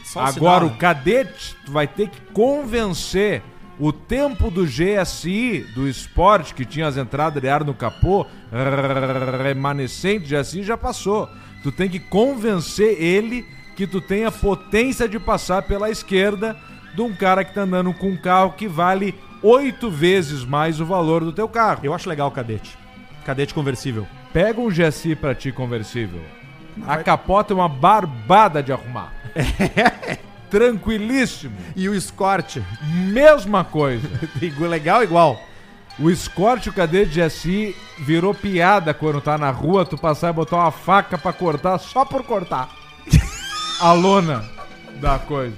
Só um
Agora
sinal,
o cadete, tu vai ter que convencer o tempo do GSI, do esporte, que tinha as entradas de ar no capô, remanescente de GSI, já passou. Tu tem que convencer ele que tu tem a potência de passar pela esquerda de um cara que tá andando com um carro que vale oito vezes mais o valor do teu carro.
Eu acho legal o cadete. Cadete conversível.
Pega um GSI pra ti conversível. A capota é uma barbada de arrumar. Tranquilíssimo.
E o Escort.
Mesma coisa.
legal igual.
O Escort e o Cadê de SI virou piada quando tá na rua, tu passar e botar uma faca pra cortar só por cortar. A lona da coisa.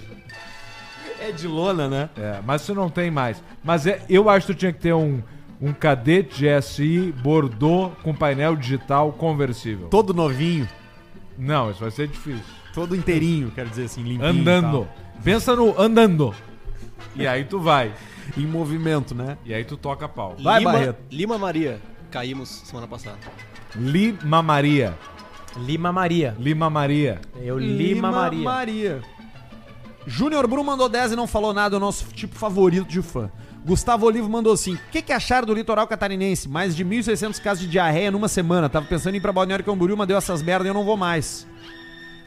É de lona, né?
É, mas tu não tem mais. Mas é, eu acho que tu tinha que ter um, um cadete GSI Bordeaux com painel digital conversível.
Todo novinho,
Não, isso vai ser difícil.
todo inteirinho, quero dizer assim,
Hum,
limpinho. e
Andando.
tá.
Pensa no andando. E aí tu vai.
tal. Em movimento, né?
E aí tu toca pau.
Vai,
Lima,
Barreto.
Lima Maria. Caímos semana passada.
Lima Maria.
Lima Maria.
Lima Maria.
Eu Lima, Maria.
Maria. Júnior Brum mandou 10 e não falou nada, é o nosso tipo favorito de fã. Gustavo Olivo mandou assim: O que, que acharam do litoral catarinense? Mais de 1.600 casos de diarreia numa semana. Tava pensando em ir pra Balneário Camboriú, mas deu essas merdas e eu não vou mais.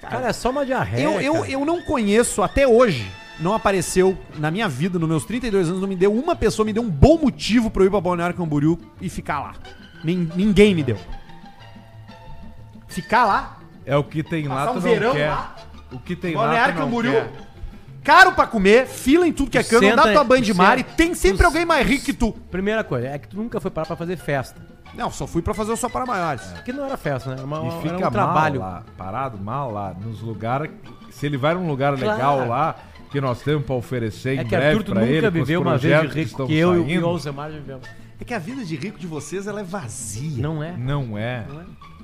Cara, é só uma diarreia.
eu, eu,
cara.
eu não conheço até hoje. Não apareceu na minha vida, nos meus 32 anos, não me deu uma pessoa, me deu um bom motivo pra eu ir pra Balneário Camboriú e ficar lá. Nin- ninguém me deu. Ficar lá?
É o que tem lá,
Passar
tu
um
não
verão
quer.
lá.
O que tem
Balneário
lá, tu não é.
Camboriú.
quer.
Caro pra comer, fila em tudo que é
Tu
cano, não dá
senta-
tua banho
tu
de mar e
senta-
tem sempre
tu-
alguém mais rico que tu.
Primeira coisa, é que tu nunca foi parar pra fazer festa.
Não, só fui pra fazer o só para maiores.
Que não era festa, né? Era, uma,
E
era
fica
um trabalho.
mal lá, parado mal lá, nos lugares... Se ele vai num lugar legal
Claro.
lá, que nós temos pra oferecer
É
em
que
breve
Arthur, tu
pra
nunca
ele, com os
viveu uma vez de
projetos
rico
estão
que eu e
saindo,
o Alzemar vivemos.
É que a vida de rico de vocês, ela é vazia.
Não é.
Não é.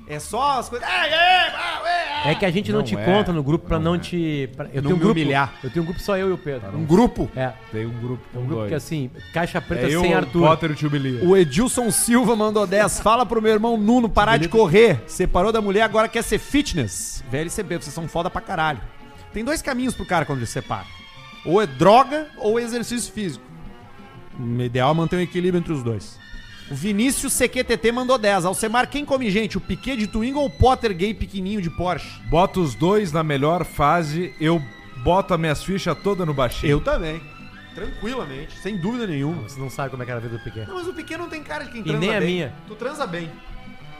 É só as coisas...
É que a gente não,
Não
te
é.
conta no grupo pra
Não
não,
é.
te... pra- eu
Não
tenho um
me
grupo,
humilhar.
Eu tenho um grupo só eu e o Pedro.
Um grupo.
É,
Tem um grupo com
um grupo
dois.
que assim, caixa preta
é eu,
sem
o
Arthur.
Potter e o Tio Bilia.
O Edilson Silva mandou 10. Fala pro meu irmão Nuno parar de correr. Separou da mulher, agora quer ser fitness. VLCB, vocês são foda pra caralho. Tem dois caminhos pro cara quando ele separa. Ou é droga ou é exercício físico. O ideal é manter um equilíbrio entre os dois. O Vinícius CQTT mandou 10. Alcemar, quem come gente? O Piquet de Twingo ou o Potter gay pequenininho de Porsche?
Bota os dois na melhor fase, eu boto as minhas fichas todas no baixinho.
Eu também. Tranquilamente, sem dúvida nenhuma.
Você não sabe como é que era a vida do Piquet.
Não, mas o Piquet não tem cara de quem
E nem a
bem.
minha.
Tu transa bem.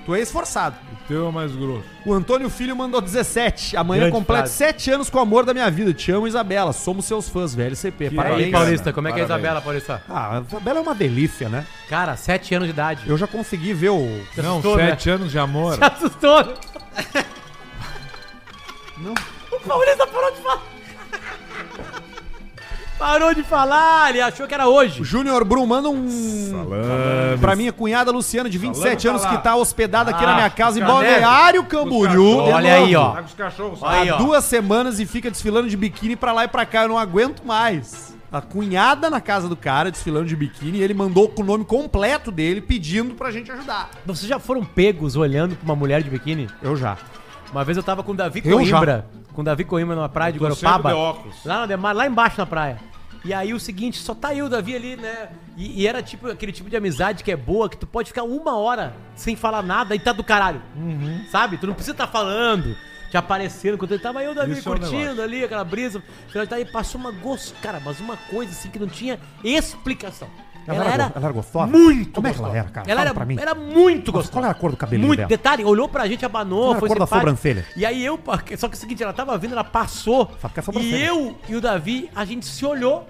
Tu é esforçado.
O teu é mais grosso.
O Antônio Filho mandou 17. Amanhã
Grande
completo
frase.
7 anos com o amor da minha vida. Te amo, Isabela. Somos seus fãs, velho CP. Parabéns.
Parabéns, Paulista. Como é que é a
Parabéns.
Isabela, Paulista?
Ah, a Isabela é uma delícia, né?
Cara, sete anos de idade.
Eu já consegui ver o.
Te
Não,
assustou, né?
sete anos de amor.
Te assustou. O Paulista parou de falar. Parou de falar, ele achou que era hoje.
Júnior Brum manda um.
Salame.
Pra minha cunhada Luciana, de 27 anos, que tá hospedada aqui
Ah,
na minha casa em
buscar neve.
Balneário Camboriú.
Buscar-
de
Olha aí, ó.
Tá com os cachorros.
Olha aí,
Há
ó.
duas semanas e fica desfilando de biquíni pra lá e pra cá. Eu não aguento mais. A cunhada na casa do cara desfilando de biquíni e ele mandou com o nome completo dele pedindo pra gente ajudar.
Vocês já foram pegos olhando pra uma mulher de biquíni?
Eu já.
Uma vez eu tava com o Davi
Eu já.
Coimbra. Com o Davi Coimbra numa praia de
Eu tô sempre
Guarupaba.
de óculos.
Lá, na Ademar, lá embaixo na praia. E aí o seguinte, só tá eu e o Davi ali, né? E, e era tipo aquele tipo de amizade que é boa, que tu pode ficar uma hora sem falar nada e tá do caralho. Sabe? Tu não precisa tá falando, te aparecendo. Quando ele tava eu e o Davi
Isso é um
curtindo
negócio.
ali, aquela brisa. Tá aí passou uma gosto, cara, mas uma coisa assim que não tinha explicação. Ela,
era
era,
go- ela era gostosa?
Muito
Como é que ela era, cara?
Ela
Fala
era,
pra mim.
era muito
Mas
gostosa.
qual era a cor do cabelinho
Muito.
dela?
Detalhe, olhou pra gente, abanou,
Qual era a
foi
cor da
simpática.
sobrancelha?
E aí eu, só que é o seguinte, ela tava vindo, ela passou.
Sabe que é
E
sobrancelha.
eu e o Davi, a gente se olhou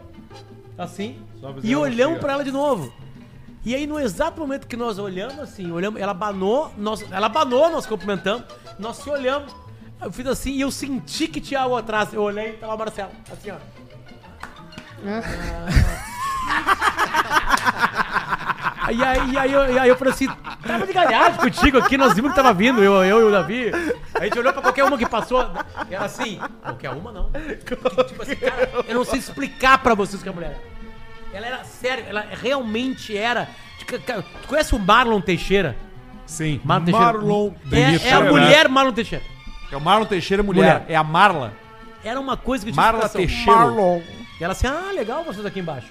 assim
Só avisar
e
ela
olhamos
chega.
pra ela de novo. E aí no exato momento que nós olhamos assim, olhamos, ela abanou, nós, ela abanou, nós cumprimentamos, nós se olhamos. Eu fiz assim e eu senti que tinha algo atrás. Eu olhei, tava o Marcelo, assim, ó. Ah. E aí, e aí, eu, e aí eu falei assim, tava de galhagem contigo aqui, nós vimos que tava vindo, eu, eu e o Davi. A gente olhou pra qualquer uma que passou, e ela assim, qualquer uma não. Tipo assim, cara, eu não sei explicar pra vocês que a mulher era. Ela era sério, ela realmente era. Ca- ca- Tu conhece o Marlon Teixeira?
Sim.
Marlon Teixeira.
Marlon
É, é a
Teixeira.
mulher Marlon Teixeira.
É o Marlon Teixeira mulher.
Mulher.
É a Marla.
Era uma coisa que eu
Marla
explicação.
Teixeira.
E ela assim, ah, legal vocês aqui embaixo.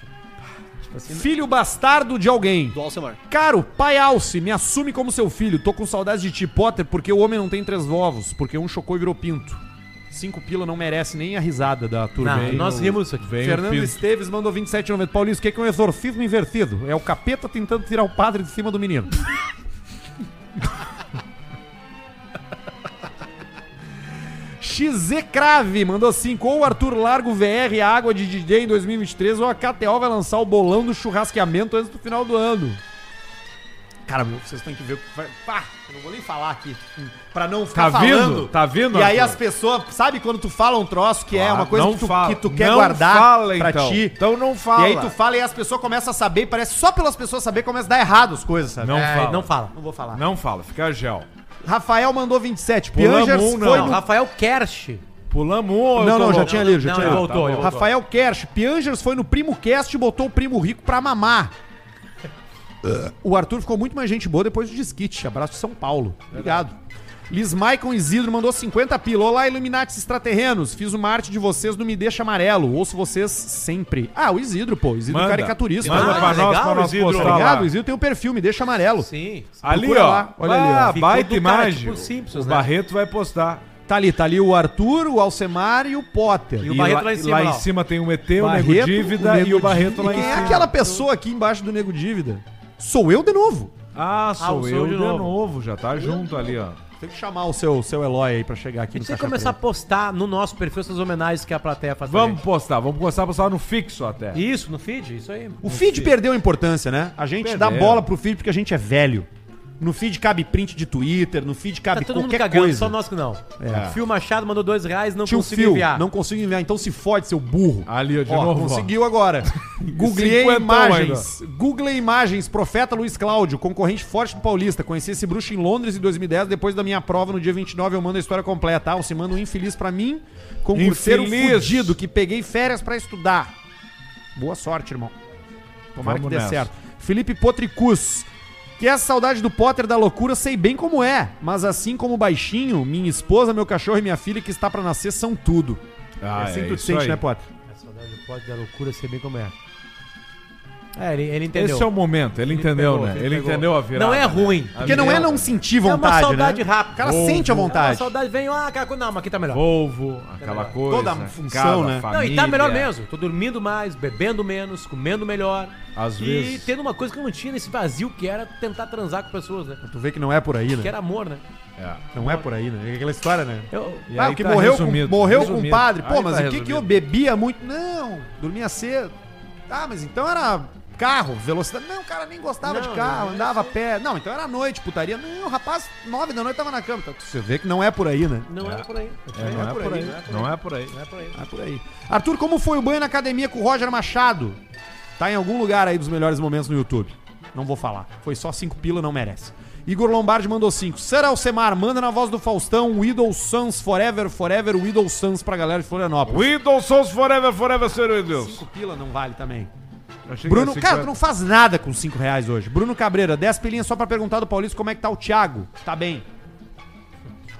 Filho bastardo de alguém.
Do Alcemar.
Caro, pai Alce, me assume como seu filho. Tô com saudades de ti, Potter, porque o homem não tem três ovos, porque um chocou e virou pinto. Cinco pila não merece nem a risada da turma.
Não,
aí.
nós rimos isso aqui.
Vem
Fernando
o pinto.
Esteves mandou 27,90. Paulista, o que que é um exorcismo invertido? É o capeta tentando tirar o padre de cima do menino. XZ Crave mandou 5. Ou o Arthur Largo VR a Água de DJ em 2023, ou a KTO vai lançar o bolão do churrasqueamento antes do final do ano. Cara, meu, vocês têm que ver o que vai. Pá, eu não vou nem falar aqui. hum, Pra não
Tá
ficar
vindo? Tá vindo?
e aí
Arthur?
as pessoas, sabe quando tu fala um troço que é uma coisa
Ah, Não
que tu,
fala.
que tu quer
Não
guardar
fala,
pra
então.
ti?
Então não fala.
E aí tu fala e as pessoas começam a saber, e parece só pelas pessoas saber começa a dar errado as coisas, sabe?
Não
É,
fala.
não fala.
Não vou falar.
Não fala, fica gel.
Rafael mandou 27.
Pulamos
Piangers
um,
foi
não.
no...
Rafael Kersh.
Pulamos um ou eu
Não,
tô
não, já
louco?
tinha lido, já
Não,
tinha
ele
lido.
voltou, ele voltou.
Rafael Kersh, Piangers foi no Primo Cast e botou o Primo Rico pra mamar. O Arthur ficou muito mais gente boa depois do disquite. Abraço de São Paulo. Obrigado. Liz Maicon Isidro mandou 50 pila. Olá, Illuminati extraterrenos. Fiz uma arte de vocês no Me Deixa Amarelo. Ouço vocês sempre. Ah, o Isidro, pô. Isidro
Manda.
caricaturista.
Manda
Ah,
pra nós,
legal,
pra nós
Isidro.
postar
Obrigado,
lá.
o Isidro tem um perfil, Me Deixa Amarelo.
Sim.
Ali,
Procura
ó.
lá, olha ali, ó.
Ah,
Ficou
baita
do cara,
imagem.
tipo os Simpsons,
o
né?
Barreto vai postar.
Tá ali, tá ali o Arthur, o Alcemar e o Potter.
E o Barreto
lá,
lá em
e
cima, lá, ó.
tem o ET, o
Barreto,
Nego Dívida
Nego
e o Barreto lá
Dívida.
em
E Quem
cima.
é aquela pessoa aqui embaixo do Nego Dívida? Sou eu de novo.
Ah, sou
sou
eu
de
de
novo.
novo. já tá junto ali, ó.
Tem que chamar o seu, seu Eloy aí pra chegar aqui
A
no
gente tem que
Caixa
começar a
Preta.
postar no nosso perfil essas homenagens que a plateia faz. pra
Vamos postar, vamos começar a postar no fixo até.
gente. Isso, no feed, isso aí.
O feed perdeu a importância, né? A gente dá
Perdeu.
bola pro feed porque a gente é velho. No feed cabe print de Twitter, no feed
Tá
cabe
todo mundo
qualquer
cagando,
coisa.
só nós que não.
É.
O Fio Machado mandou dois reais, não
Tio
consigo
Fio,
enviar.
não consigo enviar, então se fode, seu burro.
Ali, ó, de
Ó,
novo. ó.
conseguiu agora. Googlei
Cinquentão
imagens. Google imagens, profeta Luiz Cláudio, concorrente forte do Paulista. Conheci esse bruxo em Londres em 2010, depois da minha prova no dia 29 eu mando a história completa. Ah, você manda um infeliz pra mim, concurseiro
Infeliz.
fudido que peguei férias pra estudar. Boa sorte, irmão. Tomara que
Vamos
dê
nessa.
certo. Felipe Potricus. Que essa saudade do Potter da loucura sei bem como é, mas assim como o baixinho, minha esposa, meu cachorro e minha filha que está pra nascer são tudo.
Ah,
é assim
é
que tu te
isso
sente,
aí.
né, Potter?
A saudade pode dar loucura, sei bem como é. É, ele, ele entendeu.
Esse é o momento, ele, entendeu,
pegou,
né?
ele
Ele,
pegou.
entendeu a virada.
Não é ruim.
A
Porque não é
virada.
não sentir
É uma
vontade,
saudade
né?
rápida.
O cara
Ou-
sente a
ou-
A
vontade.
saudade vem, ah, cara, não, mas aqui tá melhor.
Volvo, aquela coisa.
Toda a função,
casa,
né?
Não, e tá
família.
melhor mesmo. Tô dormindo mais, bebendo menos, comendo melhor.
Às
e
vezes. É.
tendo uma coisa que eu não tinha nesse vazio, que era tentar transar com pessoas, né?
Tu vê que não é por aí,
Que
né?
era amor, né?
É.
Não é por aí, né? É aquela história, né?
Eu,
E
ah,
aí
o que
tá
morreu,
resumido,
com, morreu com o
resumido.
padre. Pô,
Aí
mas
tá
o que, que
resumido.
eu bebia muito? Não, dormia cedo. Ah, mas então era carro, velocidade. Não, o cara nem gostava
Não,
de carro,
não,
andava a pé. Não, então era noite, putaria. Não, o rapaz, nove da noite tava na cama. Então, você vê que não é por aí, né?
não era por aí.
É, não, é por aí. Não é por aí.
Não é por aí.
Não é por aí. Arthur, como foi o banho na academia com o Roger Machado? Tá em algum lugar aí dos melhores momentos no YouTube. Não vou falar. Foi só cinco pila, não merece. Igor Lombardi mandou cinco. Será Alcemar, manda na voz do Faustão, Widow Suns Forever, Forever, Widow Suns pra galera de Florianópolis.
Whittlesons forever, forever, Senhor Deus.
Cinco pila não vale também. Bruno, cara, tu não faz nada com cinco reais hoje. Bruno Cabreira, 10 pilinhas só pra perguntar do Paulista como é que tá o Thiago. Tá bem.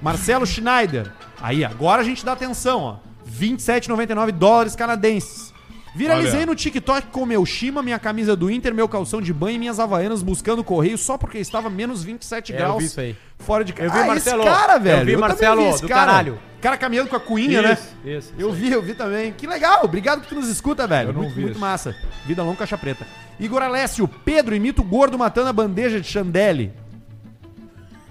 Marcelo Schneider. Aí, agora a gente dá atenção, ó. 27,99 dólares canadenses. Viralizei
Olha.
no TikTok com meu Shima, minha camisa do Inter, meu calção de banho e minhas havaianas buscando o correio só porque estava menos 27
É, eu
graus
vi isso aí.
fora de casa.
Eu vi, Marcelo.
esse cara,
Eu
velho.
vi,
também
Marcelo,
esse
do
cara.
caralho.
O cara caminhando com a cuinha, né?
Isso.
Eu vi, eu vi também. Que legal, obrigado que tu nos escuta, velho.
Eu não
muito,
vi
muito
isso.
massa. Vida longa, caixa preta. Igor Alessio, Pedro imita o gordo matando a bandeja de chandelle.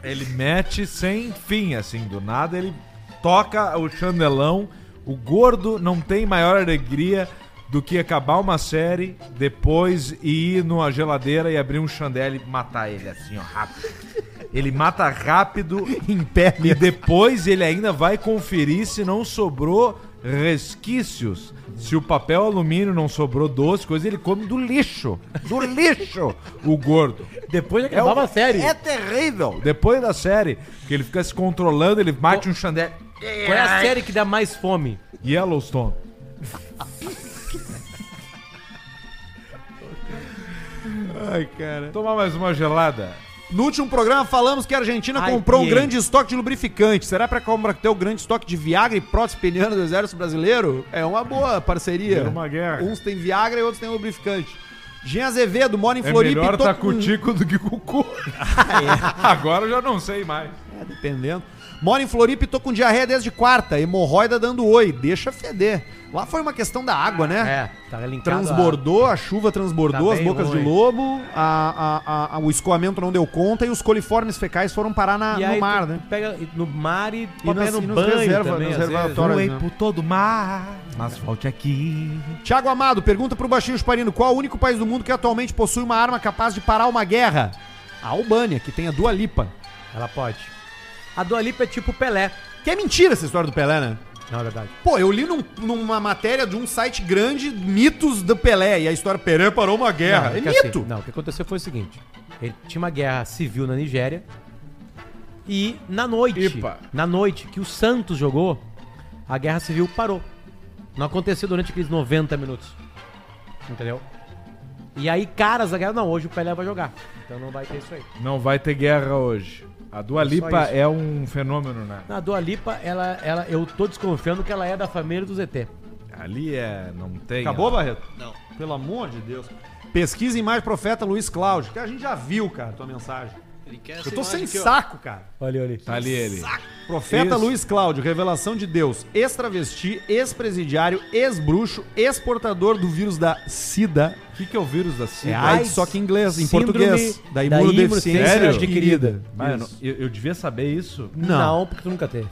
Ele mete sem fim, assim, do nada ele toca o chandelão. O gordo não tem maior alegria do que acabar uma série, depois ir numa geladeira e abrir um chandelle e matar ele, assim, ó, rápido. Ele mata rápido
Em pé.
e depois ele ainda vai conferir se não sobrou resquícios. Se o papel alumínio não sobrou doce, coisa, ele come do lixo. Do lixo, o gordo.
Depois de
É
acabar
o-
a série.
É terrível. Depois da série, que ele fica se controlando, ele mate um chandelle.
Qual é a série que dá mais fome?
Yellowstone.
Ai, cara.
Tomar mais uma gelada.
No último programa falamos que a Argentina
Ai,
comprou um
que-
grande estoque de lubrificante. Será pra combater o grande estoque de Viagra e prótese peniana do Exército Brasileiro? É uma boa parceria.
Era uma guerra.
Uns têm Viagra e outros têm lubrificante. Jean Azevedo mora em
É
Floripa
melhor
e tô
tá
com-
com o tico do que com o cu. Agora eu já não sei mais.
É, dependendo. Moro em Floripa e tô com diarreia desde quarta. Hemorroida dando oi. Deixa feder. Lá foi uma questão da água, né?
É, tá linkado.
Transbordou, a chuva transbordou
Tá
as
bem
bocas
ruim.
de lobo, a- a- a- a- o escoamento não deu conta e os coliformes fecais foram parar na-
a- E aí
no mar,
tu
né?
Pega no mar e
E nas-
pega no
e nos
banho
reserva-
também,
nos
às vezes. né?
reservatórios. Voei por
todo mar, mas volte aqui.
Tiago Amado, pergunta pro Baixinho Chuparino: qual o único país do mundo que atualmente possui uma arma capaz de parar uma guerra? A Albânia, que tem a Dua Lipa.
Ela pode. A Dua Lipa é tipo Pelé.
Que é mentira essa história do Pelé, né?
Não, é verdade.
Pô, eu li num- numa matéria de um site grande, mitos do Pelé, e a história Pelé parou uma guerra.
Não,
é
que assim,
mito.
não, o que aconteceu foi o seguinte: ele tinha uma guerra civil na Nigéria. E na noite,
Epa.
na noite que o Santos jogou, a guerra civil parou. Não aconteceu durante aqueles 90 minutos. Entendeu? E aí, caras da guerra, não, hoje o Pelé vai jogar. Então não vai ter isso aí.
Não vai ter guerra hoje. A Dua Lipa
isso.
é um fenômeno, né?
Na Dua Lipa, ela, ela, eu tô desconfiando que ela é da família do ZT.
Ali é. Não tem.
Acabou, Barreto?
Não.
Pelo amor de Deus. Pesquisa em mais profeta Luiz Cláudio. Que a gente já viu, cara, tua mensagem.
Ele quer
Eu tô sem
saco.
saco, cara.
Olha ali.
Tá ali ele.
Profeta
Isso.
Luiz Cláudio, revelação de Deus, ex-travesti, ex-presidiário, ex-bruxo, exportador do vírus da SIDA.
O que, que é o vírus da
É
SIDA?
AIDS, só que em inglês, em
Síndrome
português. Da
da
imunodeficiência
imunodeficiência
É
adquirida.
Mano,
Isso.
eu, eu devia saber isso.
Não.
não.
porque tu nunca teve.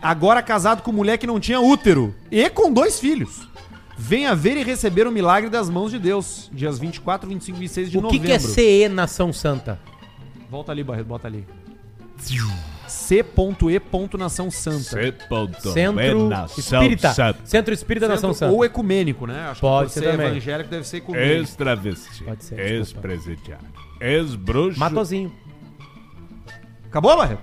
agora casado com mulher que não tinha útero e com dois filhos. Venha ver e receber o milagre das mãos de Deus, dias 24, 25 e 26 de
o que,
novembro.
que é CE Nação Santa?
Volta ali, Barreto, bota ali. C.E. Nação Santa.
Centro Espírita. Centro Espírita Nação Santa.
Ou ecumênico, né? Acho
Pode
por
ser também.
evangélico deve ser ecumênico.
Ex-travesti,
Pode ser, desculpa.
ex-presidiário, ex-bruxo.
Matozinho.
Acabou, Barreto?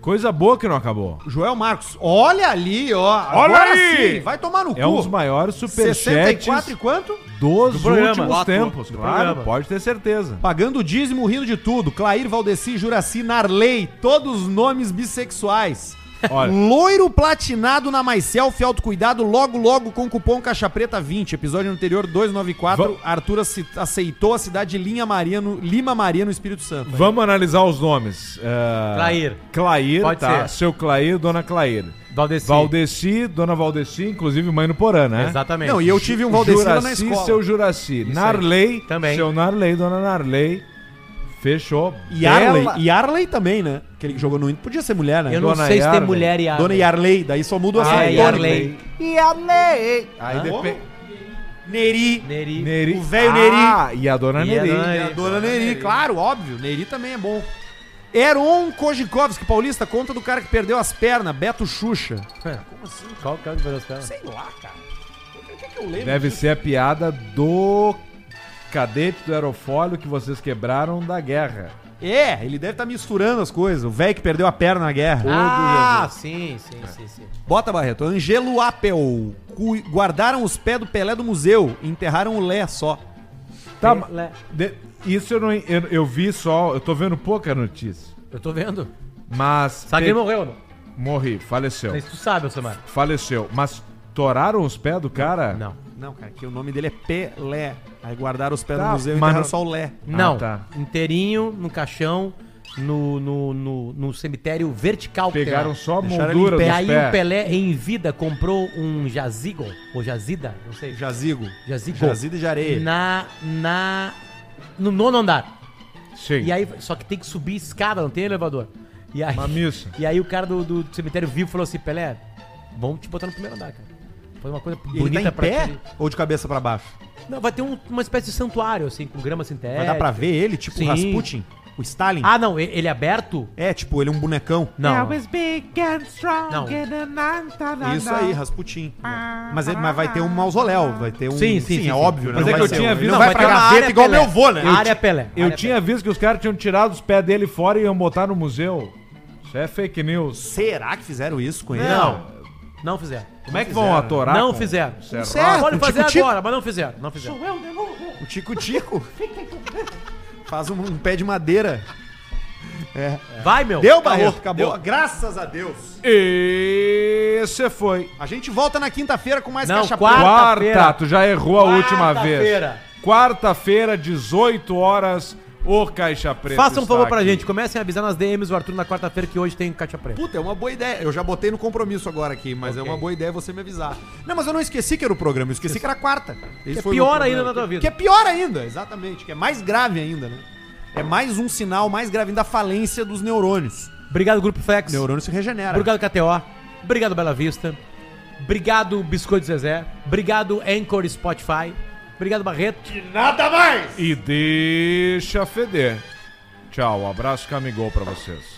Coisa boa que não acabou.
Joel Marcos. Olha ali, ó.
Olha aí!
Vai tomar no
É um dos maiores superchats
64 e quanto?
dos
do programa.
últimos
Quatro.
tempos.
Do
claro,
programa.
pode ter certeza.
Pagando o dízimo, rindo de tudo. Clair, Valdeci, Juraci, Narley. Todos nomes bissexuais.
Olha,
Loiro platinado na MySelf, autocuidado, logo, logo com cupom Caixa Preta 20. Episódio anterior 294.
Va-
Arthur aci- aceitou a cidade de Linha Maria no, Lima Maria, no Espírito Santo.
vamos analisar os nomes. É,
Clair.
Clair,
Pode
tá.
ser.
Seu Clair, Dona Clair.
Valdeci.
Valdeci, Dona Valdeci, inclusive mãe no Porã,
É?
né?
Exatamente.
Não, e eu tive um Valdeci lá na
Juraci,
escola.
seu Juraci. Narley,
Também.
seu Narley, Dona Narley. Fechou.
E Arley, e Arley também, né? Aquele que jogou no Inter podia ser mulher, né?
Eu não
Dona
sei se tem
Yarley.
mulher e
Dona Yarley, daí só muda o
Ah,
acento.
Yarley. Ah,
Aí depende.
Neri.
Neri.
Neri.
O velho
Ah, e a Dona
E a
Neri.
Dona-
E a dona Neri, claro, óbvio. Neri também é bom. Heron Kojikovski, paulista, conta do cara que perdeu as pernas, Beto Xuxa.
Como assim? Qual que é o que vai dar os caras?
Sei lá, cara. O que, que eu lembro?
Deve ser a piada do cadete do aerofólio que vocês quebraram da guerra.
É, ele deve estar misturando as coisas. O velho que perdeu a perna na guerra.
Ah, sim, sim, sim, sim.
Bota, Barreto. Angelo Apple. Cu- Guardaram os pés do Pelé do museu. Enterraram o Lé só.
Tá,
Tem- le-
de- isso eu não. Eu, eu vi só. Eu tô vendo pouca notícia.
Eu tô vendo.
Mas.
Sagre
te-
morreu, não.
Morri, faleceu.
Mas tu sabe, Alcemar.
Faleceu. Mas toraram os pés do cara?
Não.
Não, cara, que o nome dele é Pelé. Aí guardaram os pés
Tá,
do museu e
mas
enterraram
não-
só o Lé.
Não.
tá.
Inteirinho, no caixão, no, no, no, no cemitério vertical. que tem lá.
Pegaram só a
Deixaram
moldura
ele
dos
E aí o
pés.
Pelé, em vida, comprou um jazigo, ou jazida, não sei.
Jazigo.
Jazigo.
Jazida de areia.
Na, na, no nono andar.
Sim.
E aí, só que tem que subir escada, não tem elevador. E aí,
Uma missa.
E aí o cara do, do cemitério vivo falou assim, Pelé, vamos te botar no primeiro andar, cara. Foi uma coisa
Ele
bonita
tá em
pra
pé
aquele-
ou de cabeça pra baixo?
Não, vai ter um- uma espécie de santuário, assim, com grama sintética.
Vai dar pra ver ele, tipo
Sim.
o Rasputin? O Stalin?
Ah, não, e- ele é aberto?
É, tipo, ele é um bonecão.
Não. Não.
Isso aí, Rasputin. Mas, ele, mas vai ter um mausoléu, vai ter um...
Sim, sim, sim,
é
sim.
óbvio,
Mas
Não
é que
vai
eu
ser
tinha
um- ele
visto-
Não
Não,
vai
vai
pra
ter uma
gaveta
área
igual
Pelé.
meu avô, né?
Área Pelé.
Eu
Área
tinha visto que os caras tinham tirado os pés dele fora e iam botar no museu. Isso é fake news.
Será que fizeram isso com ele?
Não. Não fizeram.
É. Como é que vão atorar?
Não
com-
fizeram.
Isso é
Certo,
errado.
Pode fazer
tico-tico.
agora, mas não fizeram. Não fizeram.
O Tico-Tico. Faz um, um pé de madeira.
É. Vai, meu.
Deu, Barreto? Acabou. Graças a Deus.
E você foi.
A gente volta na quinta-feira com mais
Não,
caixa
quarta.
preta.
Quarta-feira.
Quarta, tu já errou a última vez.
Quarta-feira.
Quarta-feira, 18 horas, o Caixa Preta.
Façam um
está
favor pra
aqui.
gente. Comecem a avisar nas DMs o Arthur na quarta-feira que hoje tem Caixa Preta.
Puta, é uma boa ideia. Eu já botei no compromisso agora aqui, mas é uma boa ideia você me avisar. Não, mas eu não esqueci que era o programa, eu esqueci que era quarta. Esse
é
foi o
pior
meu problema.
ainda na tua vida.
Que é pior ainda, exatamente. Que é mais grave ainda, né? É mais um sinal mais grave ainda da falência dos neurônios.
Obrigado, Grupo Flex.
O neurônio se regenera.
Obrigado, KTO. Obrigado, Bela Vista. Obrigado, Biscoito Zezé. Obrigado, Anchor e Spotify. Obrigado, Barreto.
E deixa feder. Tchau, abraço um Camigol pra vocês.